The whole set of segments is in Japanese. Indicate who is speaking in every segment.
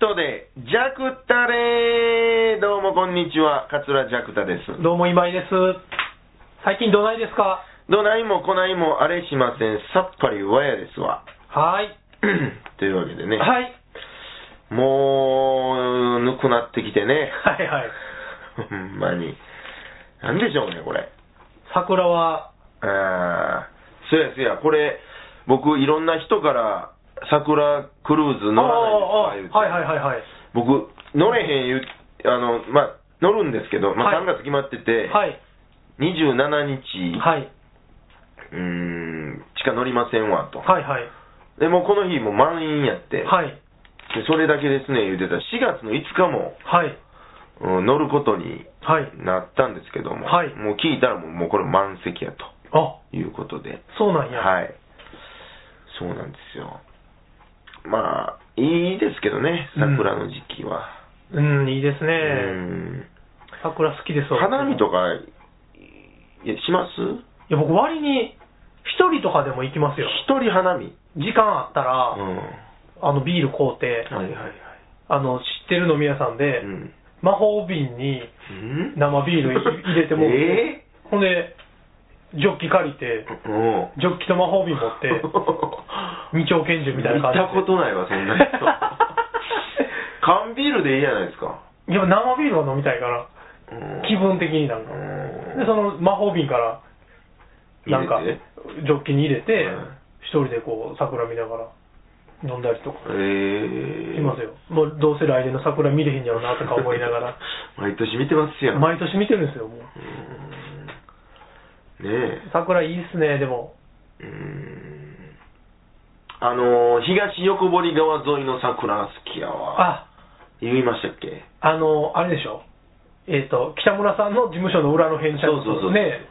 Speaker 1: ジャクタレーどうもこんにちは、桂ジャクタです。
Speaker 2: どうも今井です。最近どないですか
Speaker 1: どないもこないもあれしません、さっぱりわやです わ。
Speaker 2: はい。
Speaker 1: というわけでね、
Speaker 2: はい。
Speaker 1: もう、ぬくなってきてね、
Speaker 2: はいはい。
Speaker 1: ほんまに。なんでしょうね、これ。
Speaker 2: 桜は、
Speaker 1: あー、そうやそうや、これ、僕、いろんな人から、桜クルーズ乗らないですか
Speaker 2: ああああはいはいはいはい。
Speaker 1: 言うて僕、乗れへん言う、あの、まあ、乗るんですけど、まあ、
Speaker 2: はい
Speaker 1: 3月決まってて、
Speaker 2: はい。
Speaker 1: 27日、
Speaker 2: はい。
Speaker 1: うーん、しか乗りませんわと。
Speaker 2: はいはい。
Speaker 1: で、もうこの日もう満員やって、
Speaker 2: はい。
Speaker 1: でそれだけですね、言うてたら、4月の5日も、
Speaker 2: はい。
Speaker 1: うん乗ることに
Speaker 2: はい。
Speaker 1: なったんですけども、
Speaker 2: はい
Speaker 1: もう聞いたらもうもうこれ満席やと
Speaker 2: あ、
Speaker 1: いうことで、
Speaker 2: そうなんや。
Speaker 1: はい。そうなんですよ。まあ、いいですけどね、桜の時期は。
Speaker 2: うん、いいです
Speaker 1: う
Speaker 2: ね。
Speaker 1: ん
Speaker 2: 桜好きです
Speaker 1: 花見と
Speaker 2: か
Speaker 1: か、いやします
Speaker 2: いや、僕割に、一人とかでも行きますよ。
Speaker 1: 一人花見。
Speaker 2: 時間あった
Speaker 1: う
Speaker 2: ら、
Speaker 1: ん。
Speaker 2: あの、ビール買うて、
Speaker 1: はいはいはい。
Speaker 2: あの、知ってる飲み屋さんで、
Speaker 1: うん。
Speaker 2: 魔法瓶に
Speaker 1: うん
Speaker 2: 生ビール入入れてもうて、
Speaker 1: え
Speaker 2: ほんで、ジョッキ借りて、
Speaker 1: ー、うん。
Speaker 2: ジョッキと魔法瓶持って、 二丁拳銃みたいな感じで。
Speaker 1: 見たことないわ、そ んな人。缶ビールでいいじゃないですか。
Speaker 2: いや、生ビールを飲みたいから、
Speaker 1: うん
Speaker 2: 気分的になんか。
Speaker 1: うん
Speaker 2: で、その魔法瓶から、なんか
Speaker 1: 入れて、
Speaker 2: ジョッキに入れて
Speaker 1: うん、
Speaker 2: 一人でこう、桜見ながら飲んだりとか。
Speaker 1: えー、
Speaker 2: いますよ。もうどうせ来年の桜見れへんやろなとか思いながら。
Speaker 1: 毎年見てますやん。
Speaker 2: 毎年見てるんですよ、もう。
Speaker 1: うんね
Speaker 2: 桜いいっすね、でも。
Speaker 1: え。うんあのー東横堀川沿いの桜好きやわ。
Speaker 2: あ、
Speaker 1: 言いましたっけ
Speaker 2: あの、あれでしょ。えっと、北村さんの事務所の裏の返車
Speaker 1: そうそうそう
Speaker 2: ね。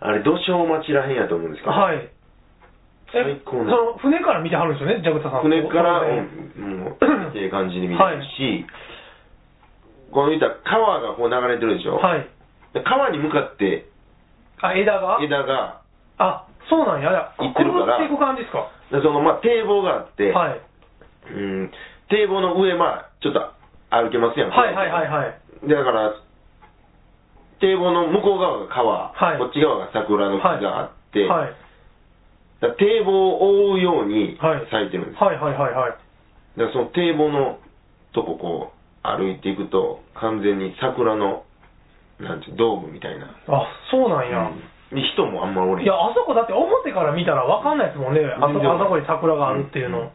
Speaker 1: あれ、土壌町らへんやと思うんですか
Speaker 2: はい。え
Speaker 1: 最、
Speaker 2: そ
Speaker 1: 高な
Speaker 2: の船から見てはるんですよね、ジャグタさん。
Speaker 1: 船から、
Speaker 2: そ
Speaker 1: う
Speaker 2: うね
Speaker 1: んもう、ええ感じに見れるし、この言ったら川がこう流れてるでしょ、
Speaker 2: はい。
Speaker 1: で川に向かって
Speaker 2: あ、枝が
Speaker 1: 枝が、
Speaker 2: あ、そうなんや。あ
Speaker 1: 行ってるから
Speaker 2: こぶっていく感じですか。
Speaker 1: でそのまあ堤防があって、
Speaker 2: はい。
Speaker 1: うん、堤防の上、まあ、ちょっと歩けますやん
Speaker 2: はいはいはいはい。
Speaker 1: でだから、堤防の向こう側が川、
Speaker 2: はい
Speaker 1: こっち側が桜の木があって、
Speaker 2: は
Speaker 1: だ
Speaker 2: い。
Speaker 1: から堤防を覆うように
Speaker 2: はい
Speaker 1: 咲いてるんです、
Speaker 2: はいはいはいはい。
Speaker 1: だからその堤防のとここう歩いていくと完全に桜のなんていうドームみたいな、
Speaker 2: あ、そうなんや。
Speaker 1: うんで人もあんまおれへん
Speaker 2: いや、あそこだって表から見たらわかんないですもんね。あそ
Speaker 1: 全然
Speaker 2: こ、
Speaker 1: わ
Speaker 2: あ
Speaker 1: かんな
Speaker 2: そこに桜があるっていうの。
Speaker 1: んんん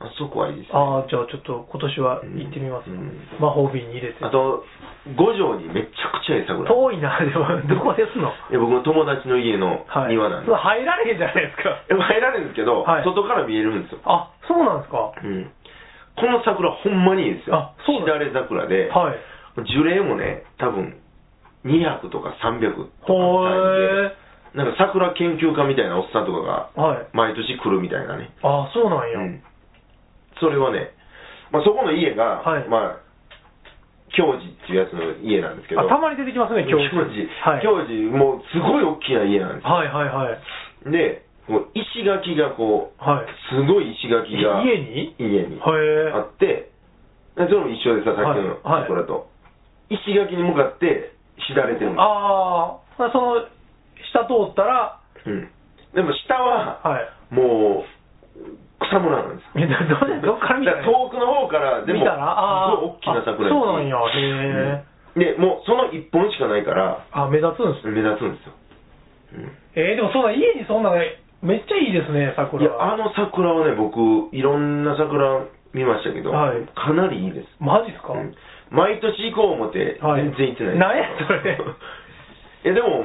Speaker 1: あそこはいいですね
Speaker 2: ああ、じゃあちょっと今年は行ってみます
Speaker 1: う。ん
Speaker 2: 魔法瓶に入れて。
Speaker 1: あと五条にめちゃくちゃええ桜
Speaker 2: 遠いな、でも、どこですの
Speaker 1: え僕の友達の家の
Speaker 2: はい。
Speaker 1: 庭なんで
Speaker 2: それ入られへんじゃないですか。
Speaker 1: え入られるんですけど、
Speaker 2: はい
Speaker 1: 外から見えるんですよ、
Speaker 2: あ、そうなんですか。
Speaker 1: うんこの桜ほんまにいいですよ
Speaker 2: あそう
Speaker 1: し
Speaker 2: な
Speaker 1: だれ桜で、
Speaker 2: はい。
Speaker 1: 樹齢もね多分200とか300とか
Speaker 2: ほ
Speaker 1: 単位
Speaker 2: え
Speaker 1: でなんか桜研究家みたいなおっさんとかが
Speaker 2: ー。はい。
Speaker 1: 毎年来るみたいなね、
Speaker 2: ああ、そうなん
Speaker 1: う
Speaker 2: や。
Speaker 1: ん、それはね、まあ、そこの家が、
Speaker 2: はい
Speaker 1: まあ教授っていうやつの家なんですけど
Speaker 2: あたまに出てきますね、
Speaker 1: 教
Speaker 2: 今
Speaker 1: 授
Speaker 2: 日。はい。
Speaker 1: 教授もうすごい大きな家なんで
Speaker 2: はいはいはい。
Speaker 1: すでこう石垣がこう
Speaker 2: はい。
Speaker 1: すごい石垣が
Speaker 2: 家に
Speaker 1: 家に
Speaker 2: へえ。
Speaker 1: あってでそれも一緒でささっきの
Speaker 2: はいはい
Speaker 1: 桜と、石垣に向かってしだれてるんで
Speaker 2: ああ、その、下通ったら、
Speaker 1: す、うん、でも下は
Speaker 2: はい。
Speaker 1: もう草むらなんです
Speaker 2: え、ど、どどっから見た
Speaker 1: だら遠くの方からでも
Speaker 2: 見たらあ
Speaker 1: す
Speaker 2: ー
Speaker 1: ごい大きな桜
Speaker 2: あそうなんやへ
Speaker 1: え、うんでもうその一本しかないから
Speaker 2: あ、目立つんすね。
Speaker 1: 目立つんですよ、うん
Speaker 2: えー、でもそうだ、家にそんなね、めっちゃいいです
Speaker 1: い
Speaker 2: ね、桜。
Speaker 1: や、あの桜はね、僕、いろんな桜見ましたけど、
Speaker 2: はい
Speaker 1: かなりいいです。
Speaker 2: マジっすか、
Speaker 1: うん毎年行こう思って、
Speaker 2: はい
Speaker 1: 全然行ってない
Speaker 2: なんや
Speaker 1: そ れ。いや、でも、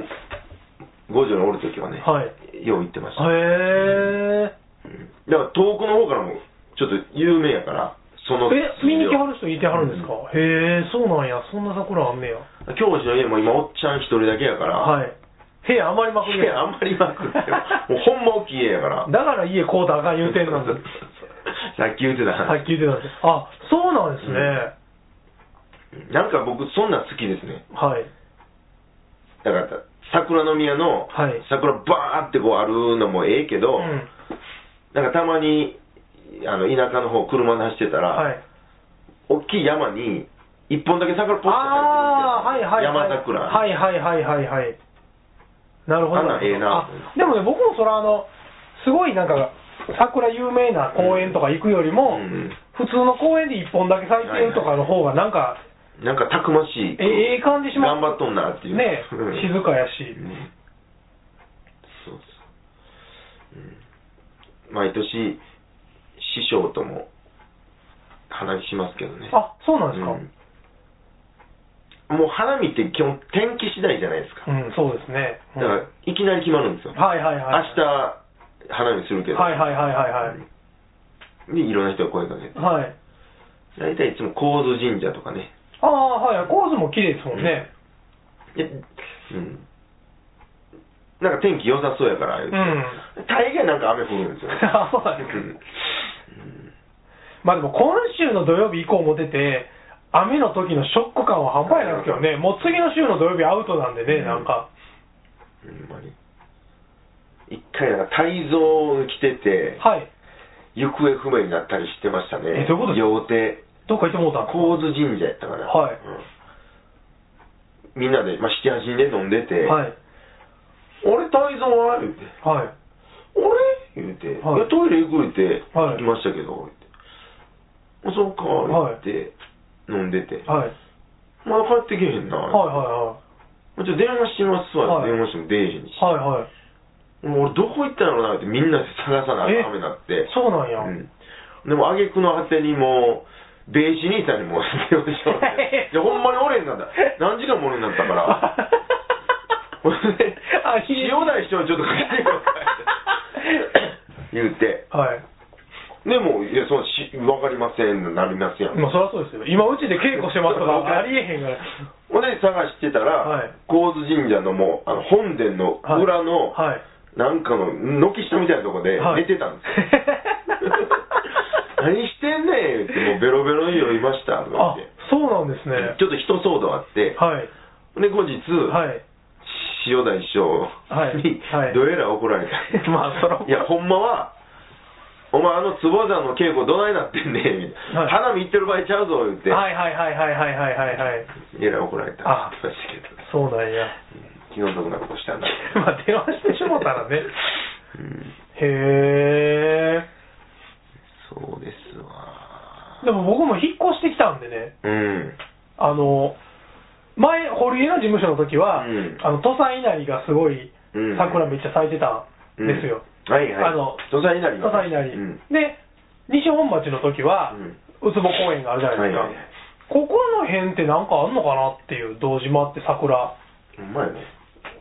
Speaker 1: 五条におるときはね、
Speaker 2: はい。へ
Speaker 1: よう行ってました。
Speaker 2: え。
Speaker 1: うんだから、遠くの方からも、ちょっと有名やから、その
Speaker 2: え、見に来はる人いてはるんですか、
Speaker 1: う
Speaker 2: へえ、そうなんや。そんな桜あんねや。
Speaker 1: 教師の家も今、おっちゃん一人だけやから、
Speaker 2: はい。部屋余りまくり
Speaker 1: いやあんまりまくって、もうほんま大きい家やから。
Speaker 2: だから家こうたらあかん言うて んのに。
Speaker 1: さっき言ってた話。
Speaker 2: さっき言ってたんです。あ、そうなんですね。
Speaker 1: なんか僕、そんなん好きですね。
Speaker 2: はい。
Speaker 1: だから、桜の宮の、
Speaker 2: はい
Speaker 1: 桜バーってこうあるのもええけど、
Speaker 2: うん
Speaker 1: なんかたまに、あの田舎の方車で走ってたら、
Speaker 2: はい。
Speaker 1: 大きい山に一本だけ桜ポッと
Speaker 2: ああ、は
Speaker 1: 入っ
Speaker 2: い
Speaker 1: てるんですよ
Speaker 2: はいはい。
Speaker 1: 山桜、
Speaker 2: はいはいはいはいはい。なるほど。
Speaker 1: あんなんええな
Speaker 2: あでもね、僕もそれあの、すごいなんか、桜有名な公園とか行くよりも、
Speaker 1: うん
Speaker 2: 普通の公園で一本だけ咲いてるとかの方がなんか、
Speaker 1: なんかたくましい
Speaker 2: えええ感じしま
Speaker 1: 頑
Speaker 2: す
Speaker 1: 張っとんなっていう
Speaker 2: ね
Speaker 1: うん
Speaker 2: 静かやし。
Speaker 1: ねそうそう、うん、毎年師匠とも花見しますけどね
Speaker 2: あ、そうなんですか。
Speaker 1: うんもう花見って基本天気次第じゃないですか、
Speaker 2: うん、そうですね。うん
Speaker 1: だからいきなり決まるんですよ、
Speaker 2: はいはいはい。
Speaker 1: 明日花見するけど、
Speaker 2: はいはいはいはいはい。
Speaker 1: でいろんな人が声かけて
Speaker 2: はい。
Speaker 1: 大体いつも高津神社とかね
Speaker 2: ああ、はい。コースも綺麗ですもんね。
Speaker 1: でうんなんか天気良さそうやから、
Speaker 2: ん
Speaker 1: 大概なんか雨降るんですよ、ね、
Speaker 2: あそうなんですか
Speaker 1: うん
Speaker 2: まあでも今週の土曜日以降も出て、雨の時のショック感は半端ないなんですけどね、もう次の週の土曜日アウトなんでね、
Speaker 1: うん
Speaker 2: なんか。
Speaker 1: ほんまに一回なんか泰造着てて、
Speaker 2: はい。
Speaker 1: 行方不明になったりしてましたね
Speaker 2: えどういうことですか
Speaker 1: 両手
Speaker 2: どっか行ってもうたんですか
Speaker 1: 神津神社やったかな、
Speaker 2: はい
Speaker 1: うんみんなで、まあ、78人で飲んでて「
Speaker 2: はい。
Speaker 1: 俺泰造は?」言うて
Speaker 2: はい。
Speaker 1: 「俺?」言うて、
Speaker 2: はい
Speaker 1: いやトイレ行く?」言うて「
Speaker 2: はい
Speaker 1: 行きましたけど」言うて「あそうか」言って、飲んでて、
Speaker 2: はい。はい
Speaker 1: まだ帰ってけへんな」
Speaker 2: は
Speaker 1: ちょっと電話しますわ」
Speaker 2: はい
Speaker 1: 電話しても出えへんし
Speaker 2: い、はい。はいはい。
Speaker 1: 俺どこ行ったのかなってみんなで探さなあ
Speaker 2: え
Speaker 1: かんになって
Speaker 2: そうなんや。
Speaker 1: うんでも挙句の果てにもうベーシ兄さんにもう電話しましたね いやほんまに俺になった何時間も俺になったから ほんで
Speaker 2: あひ
Speaker 1: 塩大師匠にちょっと帰って よ言うて
Speaker 2: はい。
Speaker 1: でもいやそのし分かりませんなりますやん
Speaker 2: まあそりゃそうですよ。今うちで稽古してますとから、ありえへんから。
Speaker 1: ほんで探してた
Speaker 2: は
Speaker 1: ら
Speaker 2: い
Speaker 1: 高津神社のもうあの本殿の
Speaker 2: はい
Speaker 1: 裏の
Speaker 2: はい。
Speaker 1: なんかの軒下みたいなとこで
Speaker 2: はい
Speaker 1: 寝てたんですよ何してんねんってもうベロベロに酔いましたとか
Speaker 2: あ
Speaker 1: 言って、
Speaker 2: そうなんですね
Speaker 1: ち。ょっと一騒動あって、
Speaker 2: はい。
Speaker 1: で後日、
Speaker 2: はい。
Speaker 1: 塩田師匠
Speaker 2: はい
Speaker 1: に
Speaker 2: はい
Speaker 1: どえらい怒られた、
Speaker 2: まあそら
Speaker 1: いやほんまはお前あの坪座の稽古どないなってんねんみたいな、
Speaker 2: はい
Speaker 1: 花見行ってる場合ちゃうぞ言って、
Speaker 2: はいはいはいはいはいはいはいはい。
Speaker 1: えらい怒られた
Speaker 2: あ
Speaker 1: って言ってましたけど
Speaker 2: そうなんや。
Speaker 1: 気の毒なことしたんだ
Speaker 2: まあ電話してしもたらね
Speaker 1: うん
Speaker 2: へえ。
Speaker 1: そうですわ
Speaker 2: でも僕も引っ越してきたんでね、
Speaker 1: うん
Speaker 2: あの、前、堀江の事務所の時
Speaker 1: う
Speaker 2: は、
Speaker 1: ん
Speaker 2: あの、土佐稲荷がすごい
Speaker 1: うん
Speaker 2: 桜めっちゃ咲いてたんですよ。
Speaker 1: うんはいはい
Speaker 2: あの
Speaker 1: 土佐稲荷
Speaker 2: 土佐稲荷、
Speaker 1: うん
Speaker 2: で、西本町の時は、
Speaker 1: うん
Speaker 2: うつぼ公園があるじゃないですか。
Speaker 1: はいはいはい
Speaker 2: ここの辺ってなんかあんのかなっていう、堂島って桜。
Speaker 1: ほんまやね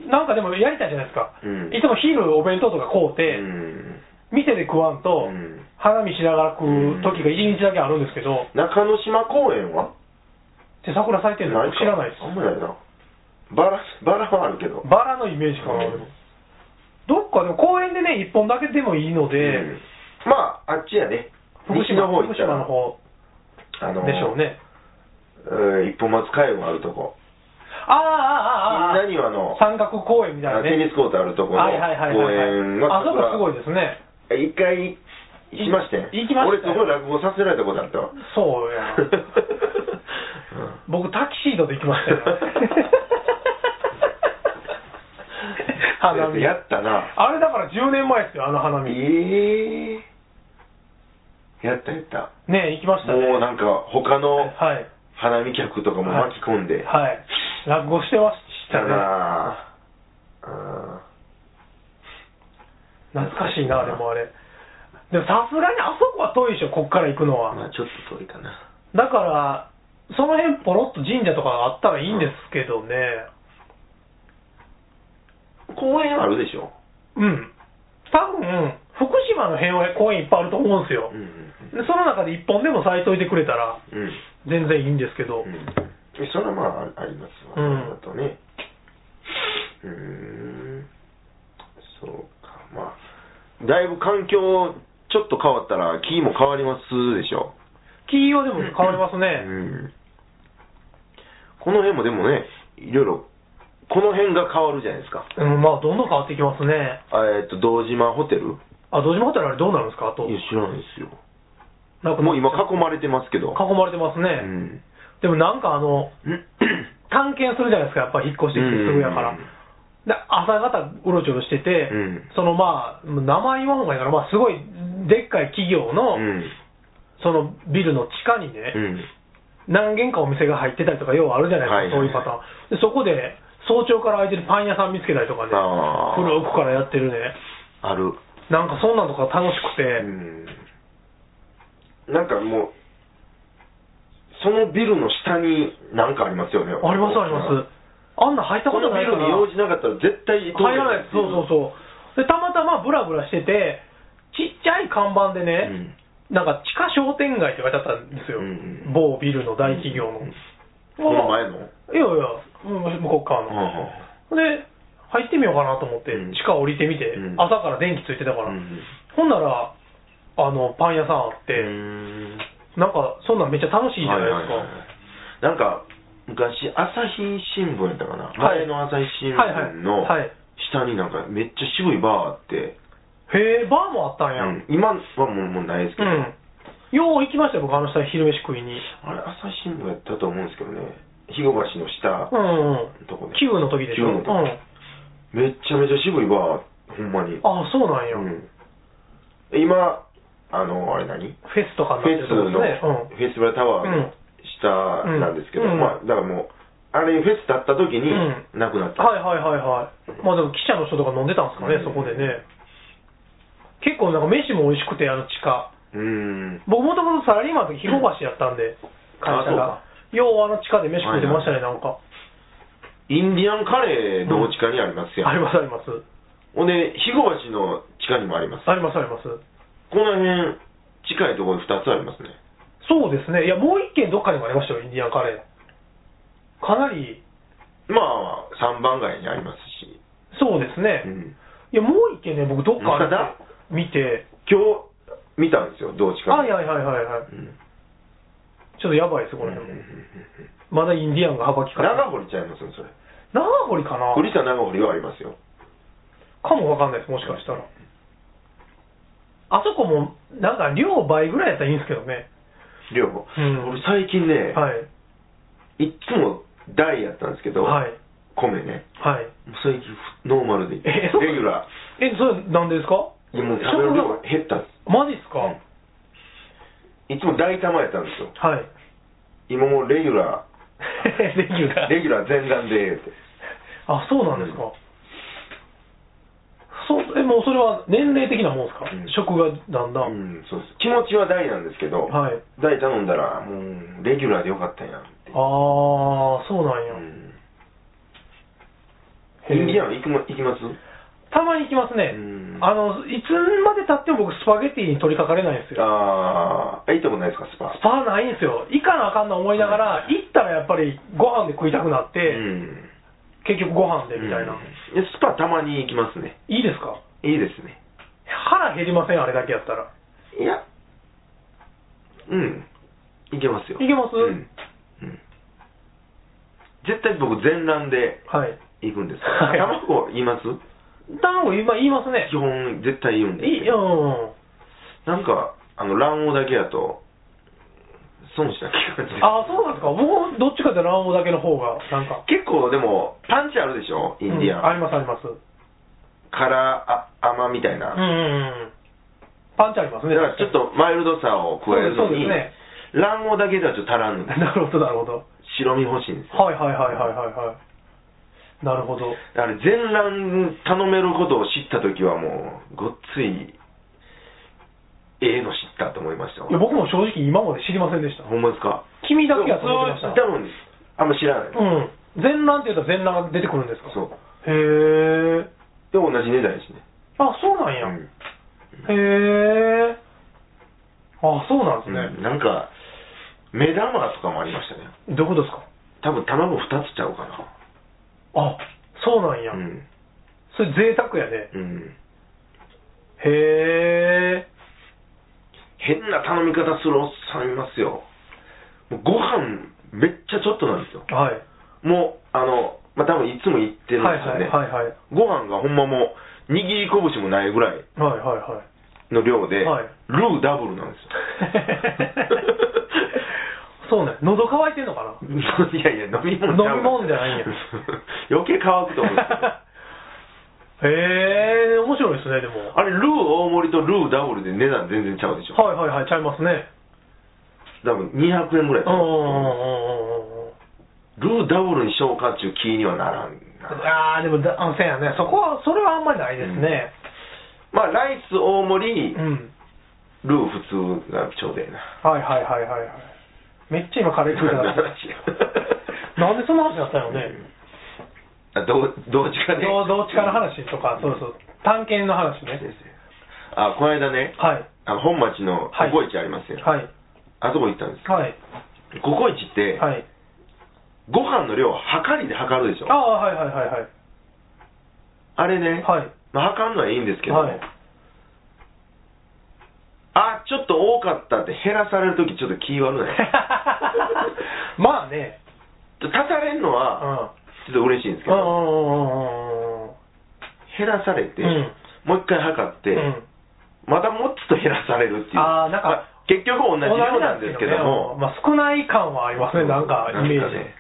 Speaker 2: なんかでもやりたいじゃないですか。
Speaker 1: うん
Speaker 2: いつも昼お弁当とか買
Speaker 1: う
Speaker 2: うて、
Speaker 1: ん
Speaker 2: 店で食わんと、
Speaker 1: うん
Speaker 2: 花見しながら食う時が1日だけあるんですけど、
Speaker 1: 中之島公園は
Speaker 2: で桜咲いてるの
Speaker 1: ないか
Speaker 2: 知らないで
Speaker 1: あん
Speaker 2: す。
Speaker 1: まないなバラバラはあるけど
Speaker 2: バラのイメージかな、
Speaker 1: うん
Speaker 2: どっかでも公園でね、1本だけでもいいので、
Speaker 1: うんまああっちやね
Speaker 2: 福島
Speaker 1: 西の方行っ
Speaker 2: 福
Speaker 1: たら
Speaker 2: 島の方
Speaker 1: あの
Speaker 2: でしょうね。
Speaker 1: うん一本松海岸あるとこ
Speaker 2: ああ、ああ、ああ。
Speaker 1: みんなにはあの
Speaker 2: 三角公園みたいなね。
Speaker 1: テニスコートあるとこの公
Speaker 2: はいはいはいはい、
Speaker 1: 園は
Speaker 2: あそこすごいですね。
Speaker 1: え一回行きましたよ
Speaker 2: 行きました
Speaker 1: 俺す
Speaker 2: よ
Speaker 1: ごい落語させられたことあ ったわ
Speaker 2: そうや
Speaker 1: うん
Speaker 2: 僕、タキシードで行きまし たよ。花見。
Speaker 1: やったな
Speaker 2: あれだから10年前ですよ、あの花見。ね
Speaker 1: ええやったやった
Speaker 2: 行きましたね。
Speaker 1: もうなんか他の
Speaker 2: はい。
Speaker 1: 花見客とかも巻き込んで、
Speaker 2: はい。落語してました
Speaker 1: だ
Speaker 2: ね。
Speaker 1: なあ
Speaker 2: 懐かしいな、でもあれ。でもさすがにあそこは遠いでしょ、こっから行くの
Speaker 1: あー
Speaker 2: は。
Speaker 1: まあちょっと遠いかな
Speaker 2: だから、その辺ポロッと神社とかがあったらいいんですけどね。
Speaker 1: 公園あるでしょ
Speaker 2: うん。多分、福島の辺は公園いっぱいあると思うんですよ。
Speaker 1: うん
Speaker 2: でその中で一本でも咲いといてくれたら、
Speaker 1: うんうん
Speaker 2: 全然いいんですけど。
Speaker 1: うんえそれはまああありますわ、
Speaker 2: うん
Speaker 1: だとねうーんそうかまあだいぶ環境ちょっと変わったら木も変わりますでしょ
Speaker 2: 黄色でも変わります
Speaker 1: う
Speaker 2: ね。
Speaker 1: んこの辺もでもねいろいろこの辺が変わるじゃないですか
Speaker 2: うん、まあ、どんどん変わってきますね。
Speaker 1: あえっと堂島ホテル
Speaker 2: あ、堂島ホテルあれどうなるんですかあと。
Speaker 1: いや知らないですよ
Speaker 2: なくな
Speaker 1: もう
Speaker 2: っちゃう
Speaker 1: 今囲まれてますけど。
Speaker 2: 囲まれてますね。
Speaker 1: うん。
Speaker 2: でもなんかあの、
Speaker 1: うん
Speaker 2: 探検するじゃないですか、やっぱ引っ越してきてすぐやから。
Speaker 1: うん
Speaker 2: で、朝方うろちょろしてて、
Speaker 1: うん
Speaker 2: そのまあ、名前言わんほうがいいから、まあ、すごいでっかい企業の、
Speaker 1: うん。
Speaker 2: そのビルの地下に
Speaker 1: う
Speaker 2: ね、
Speaker 1: ん。
Speaker 2: 何軒かお店が入ってたりとか、ようあるじゃないですか、
Speaker 1: はいはいはい
Speaker 2: そういうパターン。でそこで、早朝から空いてるパン屋さん見つけたりとかね、
Speaker 1: あー
Speaker 2: 古くからやってるね、
Speaker 1: ある。
Speaker 2: なんかそんなんとか楽しく
Speaker 1: う
Speaker 2: て、
Speaker 1: ん。なんかもう、そのビルの下に何かありますよね。
Speaker 2: ありますあります。あんな入った
Speaker 1: こ
Speaker 2: こと
Speaker 1: の
Speaker 2: な
Speaker 1: ビ
Speaker 2: いから
Speaker 1: ルに用事なかったら絶対通
Speaker 2: 入
Speaker 1: れ
Speaker 2: らないそう
Speaker 1: う。
Speaker 2: そうそうでたまたまブラブラしててちっちゃい看板で
Speaker 1: う
Speaker 2: ね、
Speaker 1: ん。
Speaker 2: なんか地下商店街って書いてあったんですよ、
Speaker 1: うんうん
Speaker 2: 某ビルの大企業の、
Speaker 1: うんこの前の
Speaker 2: いやいやうん向こう側
Speaker 1: うん
Speaker 2: の、で入ってみようかなと思って、
Speaker 1: うん
Speaker 2: 地下降りてみて、
Speaker 1: うん
Speaker 2: 朝から電気ついてたから、
Speaker 1: うん
Speaker 2: ほんならあのパン屋さんあって、
Speaker 1: うん。
Speaker 2: なんかそんなんめっちゃ楽しいじゃないですか、
Speaker 1: はいはいはいなんか、昔、朝日新聞やったかな。
Speaker 2: はい
Speaker 1: 前の朝日新
Speaker 2: はいはい
Speaker 1: 聞の
Speaker 2: はい
Speaker 1: 下になんかめっちゃ渋いバーあって、
Speaker 2: へえバーもあったんや、うん
Speaker 1: うん今はもうもうないですけど、
Speaker 2: よう行きましたよ僕あの下に昼飯食いに
Speaker 1: あれ、朝日新聞やったと思うんですけどね。日後橋の下
Speaker 2: う、んうん
Speaker 1: とこね。
Speaker 2: キューの時でしょ、う
Speaker 1: キューの時
Speaker 2: ん、
Speaker 1: めっちゃめちゃ渋いバー、ほんまに。
Speaker 2: ああ、そうなん
Speaker 1: う
Speaker 2: や、フ
Speaker 1: ん今、あの、あれ何
Speaker 2: ェスとかに
Speaker 1: フ
Speaker 2: なっ
Speaker 1: ェ
Speaker 2: てる
Speaker 1: ス
Speaker 2: とこ
Speaker 1: の、
Speaker 2: ですね、
Speaker 1: フェスティバルタワーの下なんですけど、
Speaker 2: うん
Speaker 1: まあ、だからもう、あれフェスだった時に
Speaker 2: う
Speaker 1: なくなっ
Speaker 2: うん、
Speaker 1: た。
Speaker 2: はいはいはいはい、まあでも記者の人とか飲んでたんですかね、
Speaker 1: うん
Speaker 2: そこでね、結構なんか飯も美味しくて、あの地下、
Speaker 1: うーん。
Speaker 2: 僕、もともとサラリーマンの時、広橋やったんで、会社が
Speaker 1: あ、
Speaker 2: ようあの地下で飯食ってましたね、なんか、
Speaker 1: インディアンカレーの地下にありますや
Speaker 2: あり
Speaker 1: ん。
Speaker 2: ますあります、あ
Speaker 1: ほんで、日後橋の地下にもあります。
Speaker 2: りますあります、
Speaker 1: この辺、近いところに2つありますね。
Speaker 2: そうですね、いや、もう一軒どっかにもありましたよ、インディアンカレー、かなり、
Speaker 1: まあ、3番街にありますし。
Speaker 2: そうですね。
Speaker 1: うん
Speaker 2: いや、もう一軒ね、僕、どっか
Speaker 1: まだ
Speaker 2: 見て、
Speaker 1: 今日、見たんですよ、同地下
Speaker 2: はい
Speaker 1: に。
Speaker 2: はいはいはい、はい
Speaker 1: うん
Speaker 2: ちょっとやばいです、この辺も。まだインディアンが幅利かない。
Speaker 1: 長堀ちゃいますね、それ。
Speaker 2: 長堀かな
Speaker 1: 栗田長堀はありますよ。
Speaker 2: かもわかんないです、もしかしたら。あそこも、なんか、量倍ぐらいやったらいいんですけどね。
Speaker 1: 両方。
Speaker 2: うん
Speaker 1: 俺最近ね、
Speaker 2: はい。
Speaker 1: いっつも大やったんですけど、
Speaker 2: はい。
Speaker 1: 米ね。
Speaker 2: はい。
Speaker 1: 最近、ノーマルでいい
Speaker 2: え
Speaker 1: レ
Speaker 2: そう
Speaker 1: ギュラ
Speaker 2: え、それ、なんでですか
Speaker 1: ー。いやもう食べる量が減ったんで
Speaker 2: マジっすか、
Speaker 1: うんす。いつも大玉やったんですよ。
Speaker 2: はい。
Speaker 1: 今もうレギュラ
Speaker 2: レギュ
Speaker 1: ー、
Speaker 2: ラ ー。
Speaker 1: レギュラー全段で、って
Speaker 2: あ、そうなんですか。
Speaker 1: うん
Speaker 2: そう、え、もうそれは年齢的なもんですか、
Speaker 1: うん
Speaker 2: 食がだんだん。
Speaker 1: うん、そうです。気持ちは大なんですけど、
Speaker 2: はい。
Speaker 1: 大頼んだら、もう、レギュラーでよかったんやって。
Speaker 2: ああ、そうなん
Speaker 1: う
Speaker 2: や。
Speaker 1: ん。
Speaker 2: へえ
Speaker 1: インディアン行くも行きます
Speaker 2: たまに行きますね
Speaker 1: うん。
Speaker 2: あの、いつまでたっても僕、スパゲティに取り掛かれないんですよ。
Speaker 1: ああ、行ったことないですか、スパ
Speaker 2: ス。パないんですよ。行かなあかんな思いながら、行ったらやっぱりご飯で食いたくなっ
Speaker 1: う
Speaker 2: て、
Speaker 1: ん。
Speaker 2: 結局ご飯でみたいな。
Speaker 1: うんやスパたまに行きますね。
Speaker 2: いいですか
Speaker 1: いいですね。
Speaker 2: 腹減りません、あれだけやったら。
Speaker 1: いや、うん、いけますよ。
Speaker 2: いけます
Speaker 1: うん。うん絶対僕、全卵で
Speaker 2: はい。
Speaker 1: 行くん ですよ
Speaker 2: はい
Speaker 1: 卵言います
Speaker 2: 卵今言いますね
Speaker 1: 基。本、絶対言うんです
Speaker 2: いい、
Speaker 1: け
Speaker 2: う
Speaker 1: ど
Speaker 2: ん。
Speaker 1: なんか、あの、卵黄だけやと、損した気がする。
Speaker 2: ああ、そうなんですか。僕、どっちかって卵黄だけの方が、なんか。
Speaker 1: 結構、でも、パンチあるでしょインディ
Speaker 2: うんあ
Speaker 1: アン。
Speaker 2: ります、あります。う
Speaker 1: 辛、あ甘みたいな。
Speaker 2: んうんうん。パンチありますね。
Speaker 1: だから、ちょっとマイルドさを加えるの
Speaker 2: そうですそうです
Speaker 1: に
Speaker 2: ね、
Speaker 1: 卵黄だけではちょっと足らんので
Speaker 2: 確かに。なるほど、なるほど。
Speaker 1: 白身欲しいんですよ。
Speaker 2: はいはいはいはいはいはい。なるほど。
Speaker 1: あれ、全卵頼めることを知ったときはもう、ごっつい、ええの知ったと思いましたわ
Speaker 2: いや、僕も正直今まで知りませんでした。
Speaker 1: ほんまですか
Speaker 2: 君だけやと思ってま
Speaker 1: そう
Speaker 2: した。
Speaker 1: 多分、あんま知らない。
Speaker 2: うん。全卵って言ったら全卵が出てくるんですか
Speaker 1: そう。
Speaker 2: へえ。
Speaker 1: で、同じ値段やしね。
Speaker 2: あ、そうなんや。
Speaker 1: うん
Speaker 2: へえ。あ、そうなんです
Speaker 1: う
Speaker 2: ね
Speaker 1: ん。なんか、目玉とかもありましたね。
Speaker 2: どういうことですか
Speaker 1: 多分、卵二つちゃうかな。
Speaker 2: あ、そうなんや。
Speaker 1: うん。
Speaker 2: それ贅沢やね。
Speaker 1: うん。
Speaker 2: へえ。
Speaker 1: 変な頼み方するおっさんいますよ。もうご飯、めっちゃちょっとなんですよ。
Speaker 2: はい。
Speaker 1: もう、あの、まあ、多分いつも行ってるんですよね。
Speaker 2: はいはいはいはい。
Speaker 1: ご飯がほんまもう、握り拳もないぐらい、
Speaker 2: はいはいはい。
Speaker 1: の量で、
Speaker 2: はい
Speaker 1: ルーダブルなんですよ。
Speaker 2: そうね、喉乾いてんのかな
Speaker 1: いやいや、飲み物ちゃう
Speaker 2: 飲み物じゃないんや
Speaker 1: 余計乾くと思うんですよ。
Speaker 2: へえ面白いですね、でも。
Speaker 1: あれ、ルー大盛りとルーダブルで値段全然ちゃうでしょ。
Speaker 2: はいはいはい、ちゃいますね。
Speaker 1: 多分200円ぐらい
Speaker 2: うんうんうんうんうんうん。
Speaker 1: ルーダブルにしようかっていう気にはならんな。
Speaker 2: ああ、でもだ、あのせやね、そこは、それはあんまりないですね。
Speaker 1: まあ、ライス大盛り
Speaker 2: う、ん。
Speaker 1: ルー普通がちょうどええな。
Speaker 2: はいはいはいはいはい。めっちゃ今、カレー食いたかった。 なんでそんな話になったのね。
Speaker 1: あどうどっちかね。
Speaker 2: どうどっちかの話とか、そうそう、探検の話
Speaker 1: 先
Speaker 2: ね。
Speaker 1: 生あ、この間ね、
Speaker 2: はい。
Speaker 1: あの本町の
Speaker 2: はい
Speaker 1: ココイチありますよ。
Speaker 2: はい。
Speaker 1: あそこ行ったんです。
Speaker 2: はい。
Speaker 1: ココイチって、
Speaker 2: はい。
Speaker 1: ご飯の量を量りで測るでしょ。
Speaker 2: あ
Speaker 1: あ
Speaker 2: あ、はいはいはいはい。
Speaker 1: れね、
Speaker 2: はい。
Speaker 1: まあ、測るのはいいんですけど、
Speaker 2: はい。
Speaker 1: あ、ちょっと多かったって減らされるときちょっと気悪ない。
Speaker 2: まあね。
Speaker 1: 立たれるの
Speaker 2: うん。
Speaker 1: は、ちょっと嬉しいんですけ
Speaker 2: うんう
Speaker 1: ど、
Speaker 2: んうんうんうんうん。
Speaker 1: 減らされて、
Speaker 2: うん
Speaker 1: もう一回測って、
Speaker 2: うん
Speaker 1: またもうちょっと減らされるっていう。
Speaker 2: あーなんか
Speaker 1: まあ結局同じ量なんですけども、
Speaker 2: まあ、少ない感はありますね、なんかイメー
Speaker 1: なん
Speaker 2: ジ。
Speaker 1: かね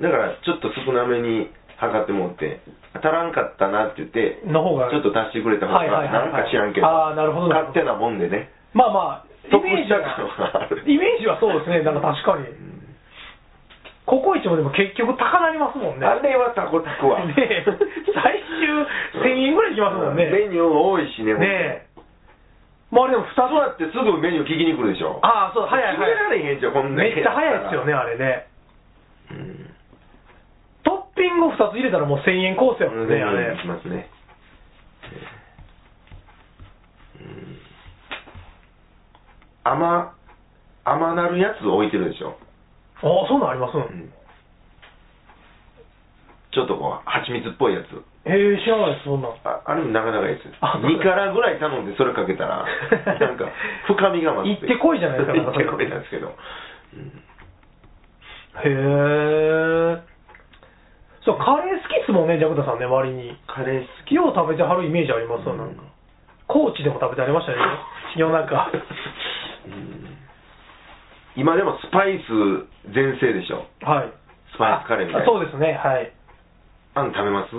Speaker 1: だから、ちょっと少なめに測ってもって、足らんかったなって言って、
Speaker 2: の方が
Speaker 1: ちょっと足してくれた方が、
Speaker 2: はいはいはい
Speaker 1: な
Speaker 2: はい
Speaker 1: んか知らんけど、
Speaker 2: あーなるほどなる
Speaker 1: 勝
Speaker 2: ほど
Speaker 1: 手なもんでね、
Speaker 2: まあまあ、イ
Speaker 1: 得
Speaker 2: メー
Speaker 1: し
Speaker 2: ジ
Speaker 1: た
Speaker 2: は
Speaker 1: 感はある。
Speaker 2: イメージはそうですね、なんか確かに
Speaker 1: う。ん
Speaker 2: ココイチもでも結局高なりますもんね。
Speaker 1: あれはタコつくわ。
Speaker 2: ねえ最終1000円ぐらいいきますもんね
Speaker 1: メニュー多いしね、
Speaker 2: ねえ。まああれでも2つ
Speaker 1: たとってすぐメニュー聞きに来るでしょ。
Speaker 2: ああ、そう、早い
Speaker 1: 決めら
Speaker 2: 早い。
Speaker 1: れへんじゃん、こんな
Speaker 2: め
Speaker 1: に
Speaker 2: っちゃ早いですよね、あれね。
Speaker 1: うん。
Speaker 2: トッピングを2つ入れたらもう1000円コースやもんね、あ
Speaker 1: ね
Speaker 2: れ
Speaker 1: 行き。ますね。うん甘、甘なるやつ置いてるでしょ。
Speaker 2: ああ、そんなんあります
Speaker 1: うんちょっとこう、蜂蜜っぽいやつ。
Speaker 2: へえ、知らないです、そんなん。
Speaker 1: ああれもなかなかいいですよ
Speaker 2: あ。
Speaker 1: 2からぐらい頼んでそれかけ たら、なんか深みが増
Speaker 2: 行ってこいじゃないですか
Speaker 1: 行ってこいなんですけど。うん
Speaker 2: へえ。そう、カレー好きっすもんね、ジャクダさんね、割に。
Speaker 1: カレー好き
Speaker 2: よう食べてはるイメージありますわ、なんか。高知でも食べてありましたよね、夜中。
Speaker 1: うん今でもスパイス全盛でしょ。
Speaker 2: はい。
Speaker 1: スパイスカレーみたいな。
Speaker 2: あそうですね、はい。
Speaker 1: あん食べます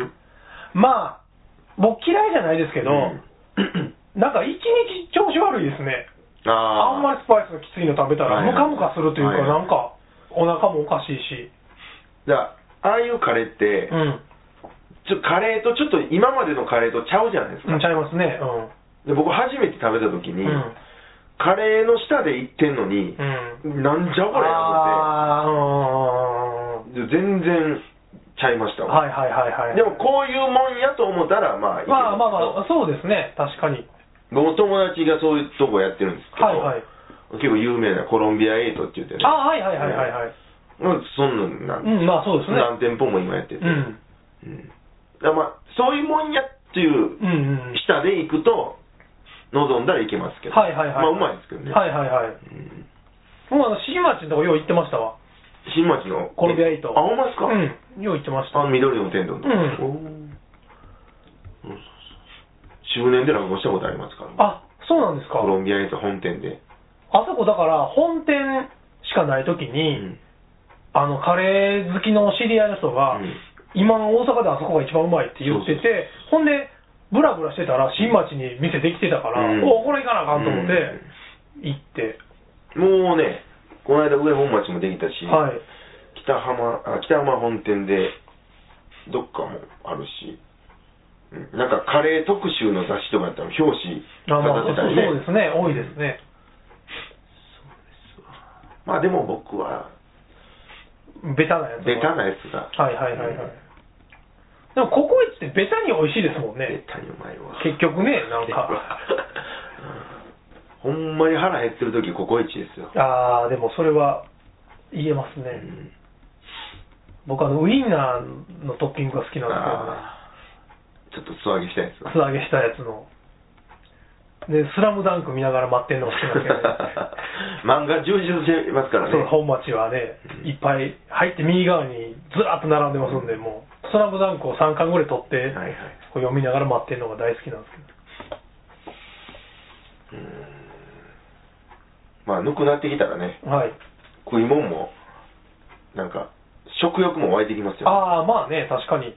Speaker 2: まあ、僕嫌いじゃないですけど、
Speaker 1: うん
Speaker 2: なんか一日調子悪いですね。
Speaker 1: あ
Speaker 2: あんまりスパイスがきついの食べたら、
Speaker 1: はいは
Speaker 2: ム
Speaker 1: い
Speaker 2: カムカするというか、
Speaker 1: はい
Speaker 2: なんか、お腹もおかしいし。
Speaker 1: り。だからああいうカレーって、
Speaker 2: うん。
Speaker 1: ちょカレーとちょっと今までのカレーとちゃうじゃないです
Speaker 2: う
Speaker 1: か
Speaker 2: ん、ち。ゃいますね。
Speaker 1: で僕初めて食べた時
Speaker 2: う
Speaker 1: に、
Speaker 2: ん。うん。
Speaker 1: カレーの下で行ってんのに、
Speaker 2: うん。
Speaker 1: なんじゃこれ思
Speaker 2: あーうんうんうんうん
Speaker 1: って。全然ちゃいましたわ。
Speaker 2: はいはいはいはい。
Speaker 1: でもこういうもんやと思ったら、まあいいけど、
Speaker 2: まあまあまあ、そうですね、確かに。
Speaker 1: 僕の友達がそういうとこやってるんですけど、
Speaker 2: はいはい。
Speaker 1: 結構有名なコロンビアエイトって言ってね。
Speaker 2: あはいはいはいはいはい。
Speaker 1: まあ、そんなんなん、
Speaker 2: うん、まあそうですね。
Speaker 1: 何店舗も今やってて。
Speaker 2: うん。
Speaker 1: うんだからまあ、そういうもんやっていう
Speaker 2: うんうん。
Speaker 1: 下で行くと、望んだらいけますけど。
Speaker 2: はいはいはい。
Speaker 1: まあ、うまいですけどね。
Speaker 2: はいはいはい。
Speaker 1: うん
Speaker 2: もうあの、新町のとこよう行ってましたわ。
Speaker 1: 新町の。
Speaker 2: コロンビアエイト
Speaker 1: あ、ほんまですか
Speaker 2: うん。よう行ってました。
Speaker 1: あの緑の天丼の。
Speaker 2: うん
Speaker 1: おーうん周年で落語したことありますから。
Speaker 2: あ、そうなんですか。
Speaker 1: コロンビアエイト本店で。
Speaker 2: あそこだから、本店しかないとき
Speaker 1: う
Speaker 2: に、
Speaker 1: ん
Speaker 2: あの、カレー好きの知り合いの人が、
Speaker 1: うん
Speaker 2: 今の大阪であそこが一番うまいって言ってて、ほんで、ブラブラしてたら、新町に店できてたから、
Speaker 1: うん
Speaker 2: おこれ行かなあかんと思って、行って、
Speaker 1: もうね、この間上本町もできたし、
Speaker 2: はい。
Speaker 1: 北浜あ、北浜本店で、どっかもあるし、うんなんかカレー特集の雑誌とかやったら表紙
Speaker 2: あまあ、
Speaker 1: 飾
Speaker 2: そ
Speaker 1: っ
Speaker 2: う
Speaker 1: てたりね。
Speaker 2: ですね、多いですね。
Speaker 1: まあでも僕は、
Speaker 2: ベタなやつ。
Speaker 1: ベタなやつが、
Speaker 2: はいはいはいはい。でも、ココイチってベタに美味しいですもん
Speaker 1: ベ
Speaker 2: ね。
Speaker 1: タにうまいわ。
Speaker 2: 結局ね、なんか。
Speaker 1: うんほんまに腹減ってる時ココイチですよ。
Speaker 2: ああ、でもそれは言えます
Speaker 1: う
Speaker 2: ね。
Speaker 1: ん
Speaker 2: 僕、あの、ウインナーのトッピングが好きなん
Speaker 1: あーちょっと素揚げしたいです
Speaker 2: ですけどね。素揚げしたやつの。で、スラムダンク見ながら待ってんのが好き なんですけどね。
Speaker 1: 漫画充実してますからね
Speaker 2: そう、。本町はね、いっぱい入って右側にずらっと並んでますんで、もう、スラムダンクを3巻ぐらい取って、
Speaker 1: はいはい
Speaker 2: こう読みながら待ってるのが大好きなんですけど。
Speaker 1: うんまあ、ぬくなってきたらね、
Speaker 2: はい。
Speaker 1: 食い物も、なんか、食欲も湧いてきますよ。
Speaker 2: ああ、まあね、確かに。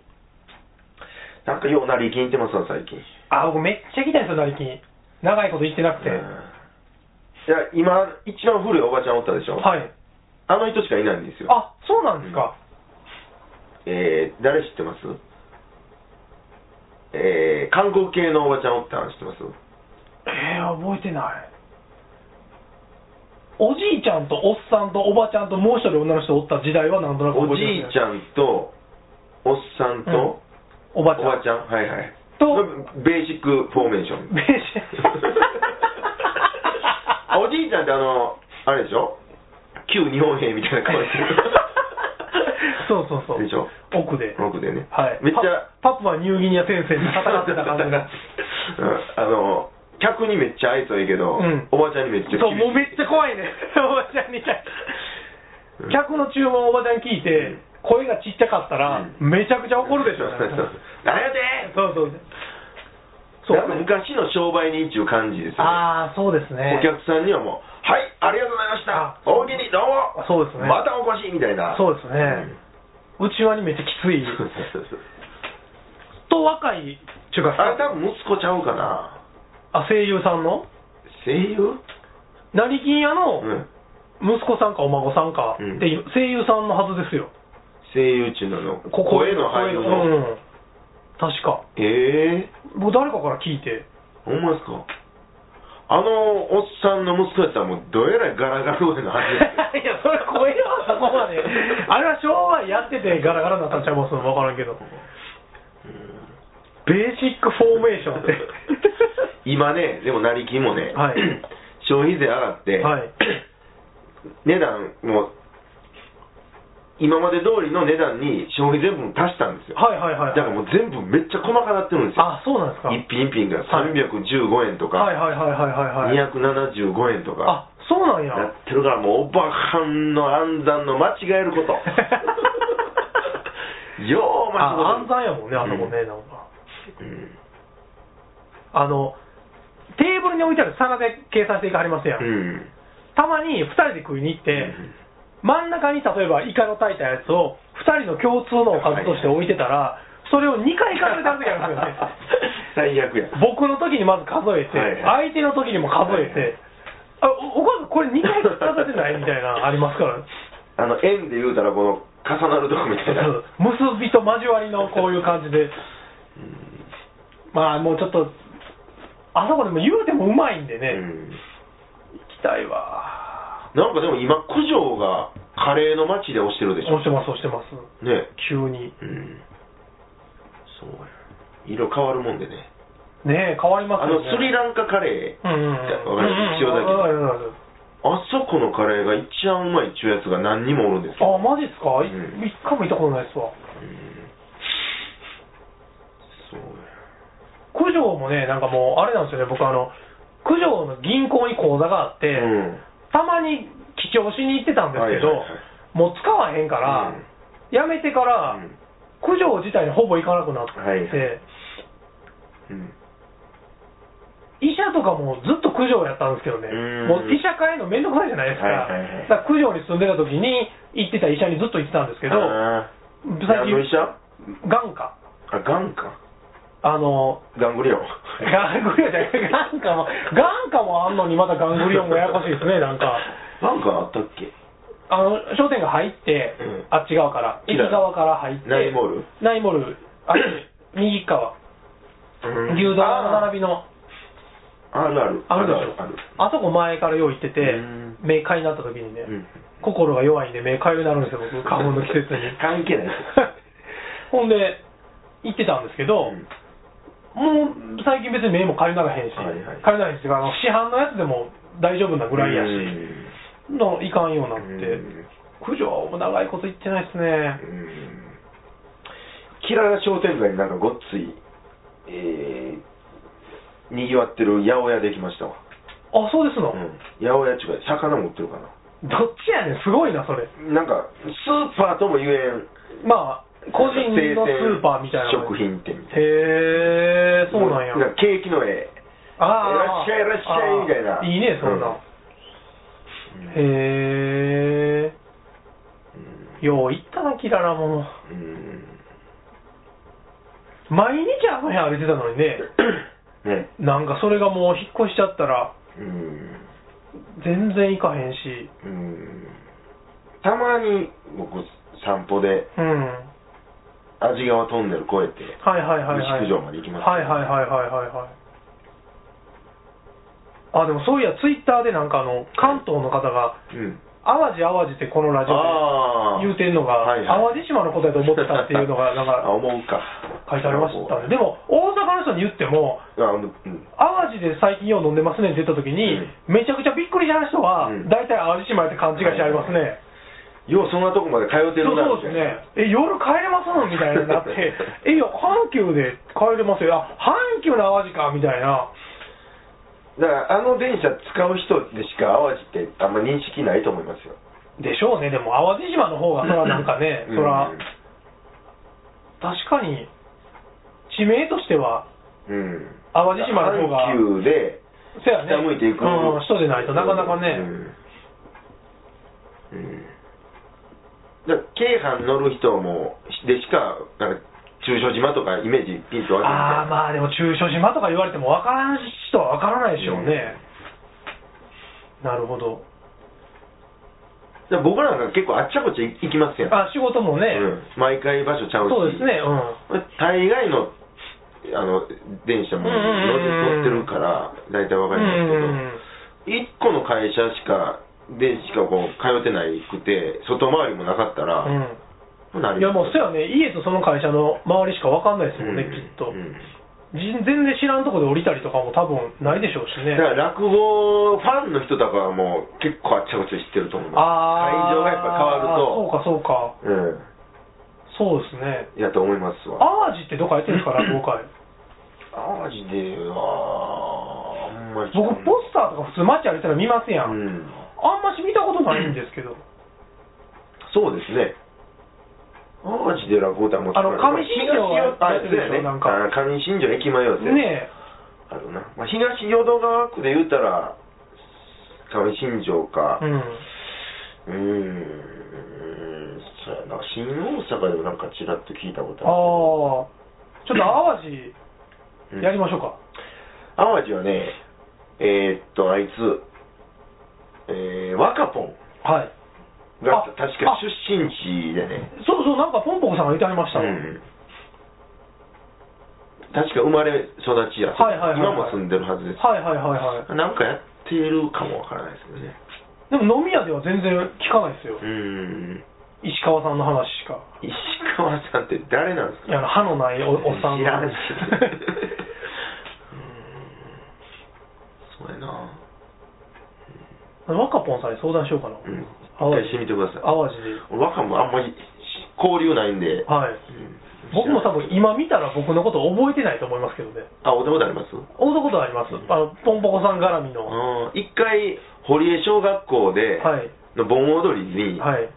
Speaker 1: なんかようなりきんってますわ、最近。
Speaker 2: ああ、僕めっちゃ行きたいですよ、成金。長いこと行ってなくて。
Speaker 1: うんいや、今、一番古いおばちゃんおったでしょ。
Speaker 2: はい。
Speaker 1: あの人しかいないんですよ。
Speaker 2: あ、そうなんですか。
Speaker 1: えー、誰知ってますえー、韓国系のおばちゃんおったの知ってます
Speaker 2: えー、覚えてない。おじいちゃんとおっさんとおばちゃんともう一人女の人おった時代はなんとなく
Speaker 1: お
Speaker 2: 覚
Speaker 1: じい
Speaker 2: えてます、
Speaker 1: ちゃんと、おっさんと、
Speaker 2: おばちゃん。
Speaker 1: ちゃん、はいはい。
Speaker 2: と
Speaker 1: ベーシックフォーメーション。
Speaker 2: 名刺。
Speaker 1: おじいちゃんってあの、あれでしょ旧日本兵みたいな顔してる
Speaker 2: そうそうそう
Speaker 1: でしょ
Speaker 2: 奥で
Speaker 1: 奥でね。
Speaker 2: はい
Speaker 1: めっちゃ、
Speaker 2: パパプはニューギニア先生に戦ってた感じが
Speaker 1: うんあの、客にめっちゃ愛想いいけど、
Speaker 2: うん
Speaker 1: おばちゃんに めっちゃ厳しい
Speaker 2: そうもうめっちゃ怖いね おばちゃんに対して客の注文をおばちゃん聞いて、声がちっちゃかったら、
Speaker 1: うん
Speaker 2: めちゃくちゃ怒るでしょ
Speaker 1: そうそうそう 何やって
Speaker 2: そうそうそう
Speaker 1: なんか昔の商売人っていう感じですよね。
Speaker 2: ああそうですね
Speaker 1: お客さんにはもう、はい、ありがとうございました
Speaker 2: あ。
Speaker 1: 大喜利どうも。
Speaker 2: そうですね
Speaker 1: またお越しみたいな。
Speaker 2: そうですね、うちわにめっちゃきつい
Speaker 1: うん。そうそうそうそう
Speaker 2: と若い中華
Speaker 1: あれ多分息子ちゃうかな。
Speaker 2: あ声優さんの
Speaker 1: 声優
Speaker 2: 成金屋の
Speaker 1: うん。
Speaker 2: 息子さんかお孫さんか
Speaker 1: うん
Speaker 2: っていう声優さんのはずですよ
Speaker 1: 声優中なの。声の俳優
Speaker 2: 声
Speaker 1: の。
Speaker 2: うん確か
Speaker 1: ええ
Speaker 2: 僕誰かから聞いて
Speaker 1: ほんまですかあのおっさんの息子やったらもうどえらいガラガラ声のはずです
Speaker 2: いやそれ声はそこまであれは昭和やっててガラガラになったんちゃいますの分からんけどベーシックフォーメーション って
Speaker 1: 今ね、でも成金もね、
Speaker 2: はい
Speaker 1: 消費税上がって、
Speaker 2: はい
Speaker 1: 値段も今まで通りの値段に消費全部足したんですよ、
Speaker 2: はいはいはい
Speaker 1: だからもう全部めっちゃ細かなってるんですよ
Speaker 2: あそうなんですか
Speaker 1: 一品一品が
Speaker 2: はい
Speaker 1: 315円と
Speaker 2: はい
Speaker 1: か、
Speaker 2: はいはいはいはいはい
Speaker 1: 275円とか
Speaker 2: あそうなんや
Speaker 1: なってるからもうおばはんの暗算の間違えること よう間
Speaker 2: あ
Speaker 1: 違
Speaker 2: 暗算やもんねあのもね、
Speaker 1: う
Speaker 2: なんか
Speaker 1: える、うん
Speaker 2: あのテーブルに置いてある皿で計算していかはりますやん、
Speaker 1: うん
Speaker 2: たまに2人で食いに行って、真ん中に例えばイカの炊いたやつを2人の共通のおかずとして置いてたら、それを2回数えた時あるんですよね
Speaker 1: 最悪や
Speaker 2: 僕の時にまず数えて、
Speaker 1: はい
Speaker 2: 相手の時にも数えて、あおお母さんこれ2回数えてないみたいなのありますから
Speaker 1: あの円で言うたらこの重なるとこみたいな
Speaker 2: 結びと交わりのこういう感じで、まあもうちょっとあそこでも言うてもうまいんで
Speaker 1: う
Speaker 2: ね、
Speaker 1: ん
Speaker 2: 行きたいわ
Speaker 1: なんかでも今九条がカレーの街で押してるでしょ
Speaker 2: 押してます押してます
Speaker 1: ね
Speaker 2: 急に
Speaker 1: うんそうや色変わるもんでね
Speaker 2: ねえ変わりま
Speaker 1: あ
Speaker 2: す
Speaker 1: の
Speaker 2: よね
Speaker 1: スリランカカレー、
Speaker 2: うんうんうん
Speaker 1: わかります塩崎
Speaker 2: うんうんうんわかるわかる
Speaker 1: あそこのカレーが一番うまいっちゅうやつが何人もおるんですよ、
Speaker 2: あマジっすか、い
Speaker 1: うん
Speaker 2: 一回も行ったことないっすわ
Speaker 1: うんそう
Speaker 2: 九条もねなんかもうあれなんですよね僕あの九条の銀行に口座があって、
Speaker 1: やうん
Speaker 2: たまに記帳しに行ってたんですけど、
Speaker 1: はいはいはい
Speaker 2: もう使わへんから、
Speaker 1: うん
Speaker 2: やめてか
Speaker 1: う
Speaker 2: ら、
Speaker 1: ん
Speaker 2: 九条自体にほぼ行かなくなって、
Speaker 1: はいはいうん
Speaker 2: 医者とかもずっと九条やったんですけどね、
Speaker 1: うん
Speaker 2: もう医者会の面倒くさいじゃないですか、
Speaker 1: はいはいはい
Speaker 2: だから九条に住んでた時に行ってた医者にずっと行ってたんですけど、
Speaker 1: あー
Speaker 2: 最
Speaker 1: 何の医
Speaker 2: 近、
Speaker 1: 者
Speaker 2: 眼科、
Speaker 1: あガンか
Speaker 2: あの、
Speaker 1: ガングリオン
Speaker 2: ガングリオンじゃない、眼科も、眼科もあんのにまたガングリオンもややこしいですね、なんか。
Speaker 1: ガンかあったっけ
Speaker 2: あの商店街入って、
Speaker 1: うん
Speaker 2: あっち側から、
Speaker 1: キ
Speaker 2: 駅
Speaker 1: ラ
Speaker 2: 側から入って、
Speaker 1: ナイモール
Speaker 2: ナイモール、あ 右側、牛丼の並びの、
Speaker 1: あるある
Speaker 2: あるでし
Speaker 1: ある
Speaker 2: ょ、あそこ前からよう行ってて
Speaker 1: うん、
Speaker 2: 目かになった時にね、
Speaker 1: うん。
Speaker 2: 心が弱いんで、目かゆになるんですよ、僕、花粉の季節に
Speaker 1: 関係ないです
Speaker 2: ほんで、行ってたんですけ
Speaker 1: う
Speaker 2: ど、
Speaker 1: ん
Speaker 2: もう最近別に目もかゆならへんし、
Speaker 1: はいはい
Speaker 2: かゆならへんし、あの市販のやつでも大丈夫なぐらいやし、のいかんようになって
Speaker 1: うん、
Speaker 2: 九条も長いこと行ってないですね。
Speaker 1: うんキララ商店街になんかごっついえーにぎわってる八百屋できましたわ、
Speaker 2: あ、そうですの、
Speaker 1: うん八百屋っちゅうか魚持ってるかな
Speaker 2: どっちやねん、すごいな、それ。
Speaker 1: なんかスーパーとも言えん
Speaker 2: まあ、個人の
Speaker 1: 生鮮
Speaker 2: スーパーみたいな。
Speaker 1: 食品店みたいな
Speaker 2: へえ、そうなんや。
Speaker 1: かケーキの絵
Speaker 2: あ
Speaker 1: いらっしゃいいらっしゃいみたいな
Speaker 2: あーいいねそんな、
Speaker 1: うん
Speaker 2: へえよう行ったなキララも
Speaker 1: うんうん
Speaker 2: 毎日あの辺歩いてたのにね
Speaker 1: ね
Speaker 2: なんかそれがもう引っ越しちゃったら
Speaker 1: うん
Speaker 2: 全然行かへんし
Speaker 1: うんたまに僕散歩で
Speaker 2: うん
Speaker 1: 味川トンネル越えて
Speaker 2: はいはいはいはい
Speaker 1: 西九条まで行きます
Speaker 2: はいはいはいはいはいはいあでもそういやツイッターでなんかあの関東の方が
Speaker 1: うん
Speaker 2: 淡路淡路ってこのラジオで
Speaker 1: ああ
Speaker 2: 言うてんのが、
Speaker 1: はいはい
Speaker 2: 淡路島のことやと思ってたっていうのが、な ん
Speaker 1: あ
Speaker 2: か
Speaker 1: 思うか
Speaker 2: 書いてありましたね。でも、大阪の人に言っても、
Speaker 1: あうんうん
Speaker 2: 淡路で最近よう飲んでますねって言ったときに、めちゃくちゃびっくりした人は、
Speaker 1: うん
Speaker 2: 大体淡路島やって勘違いしてありますね。
Speaker 1: ようそんなとこまで通って
Speaker 2: そ
Speaker 1: る
Speaker 2: う
Speaker 1: な
Speaker 2: そうですね。え、夜帰れますのみたいにな って、え、いや、阪急で帰れますよ。あ、阪急の淡路かみたいな。
Speaker 1: だからあの電車使う人でしか淡路ってあんま認識ないと思いますよ
Speaker 2: でしょうね。でも、淡路島の方が、そらなんかね、そら、確かに、地名としては、
Speaker 1: うんうん
Speaker 2: 淡路島の方が
Speaker 1: 阪急で
Speaker 2: せやね、
Speaker 1: 下向いていく
Speaker 2: うん、人でないとなかなかね、
Speaker 1: うん、うんだから京阪乗る人もでしかなんか中小島とかイメージピンとわけ
Speaker 2: ああ
Speaker 1: あ
Speaker 2: まあでも中小島とか言われても分からん人は分からないでしょうね、なるほど
Speaker 1: 僕らなんか結構あっちゃこっちゃ行きますやん、
Speaker 2: あ仕事もね、
Speaker 1: うん、毎回場所ちゃうし
Speaker 2: そうですねうん
Speaker 1: 大概のあの電車も
Speaker 2: うんうんうんうん
Speaker 1: 乗って乗ってるから大体わかりますけど、一個の会社しかでしかこう通ってないくて外回りもなかったら、
Speaker 2: うん
Speaker 1: な
Speaker 2: うん
Speaker 1: る
Speaker 2: いやもうそやね家とその会社の周りしか分かんないですもん
Speaker 1: う
Speaker 2: ね、
Speaker 1: ん
Speaker 2: きっと、
Speaker 1: うん
Speaker 2: じ全然知らんとこで降りたりとかも多分ないでしょうしね
Speaker 1: だから落語ファンの人とかはもう結構あっちゃこっちゃ知ってると思う
Speaker 2: ああ
Speaker 1: 会場がやっぱ変わると
Speaker 2: そうか
Speaker 1: うん
Speaker 2: そうかそうですね
Speaker 1: やと思いますわ
Speaker 2: 淡路ってどっかやっ てるんですか落語
Speaker 1: 淡路
Speaker 2: 会
Speaker 1: ではあんまり
Speaker 2: 僕ポスターとか普通街歩いたら見ますや、
Speaker 1: うんん
Speaker 2: あんまし見たことないんですけど、
Speaker 1: そうですね淡路で落語ってあんま聞かない
Speaker 2: あの上新庄がやってる
Speaker 1: あそうや
Speaker 2: でしょ
Speaker 1: ね
Speaker 2: なんか
Speaker 1: あ上新庄駅前寄せ
Speaker 2: ねえ
Speaker 1: あるな、まあ、東淀川区で言うたら上新庄か
Speaker 2: うん
Speaker 1: うーんそうやな新大阪でもなんかちらっと聞いたこ
Speaker 2: ああ
Speaker 1: と
Speaker 2: ちょっと淡路
Speaker 1: ある
Speaker 2: やりま
Speaker 1: し
Speaker 2: しょうか、
Speaker 1: 淡路はねえーっとあいつ、えー、若ぽん
Speaker 2: はい
Speaker 1: が
Speaker 2: あ
Speaker 1: 確か
Speaker 2: あ
Speaker 1: 出身地でね
Speaker 2: そうそうなんかポンポコさんがいてはりましたわ、
Speaker 1: うん確か生まれ育ちや、
Speaker 2: はいはいはい
Speaker 1: 今
Speaker 2: はい
Speaker 1: も住んでるはずです、
Speaker 2: はいはいはいはい
Speaker 1: なんかやってるかもわからないですけどね
Speaker 2: でも飲み屋では全然聞かないです
Speaker 1: う、
Speaker 2: よ
Speaker 1: ーん
Speaker 2: 石川さんの話しか
Speaker 1: 石川さんって誰なんです
Speaker 2: い
Speaker 1: か
Speaker 2: や歯のないおおっさんの
Speaker 1: 知らんしそうやな
Speaker 2: 若ぽんさんに相談しようかな、
Speaker 1: うん
Speaker 2: 淡
Speaker 1: 一回してみてください
Speaker 2: 淡路で
Speaker 1: 俺若もあんまり交流ないんで、
Speaker 2: はい
Speaker 1: うん
Speaker 2: 僕も多分今見たら僕のこと覚えてないと思いますけどね
Speaker 1: あお手元あります
Speaker 2: 会ったことはありますあのポンポコさん絡みの、は
Speaker 1: うん一回堀江小学校で
Speaker 2: はい
Speaker 1: の盆踊りに、
Speaker 2: い
Speaker 1: 若 もなんか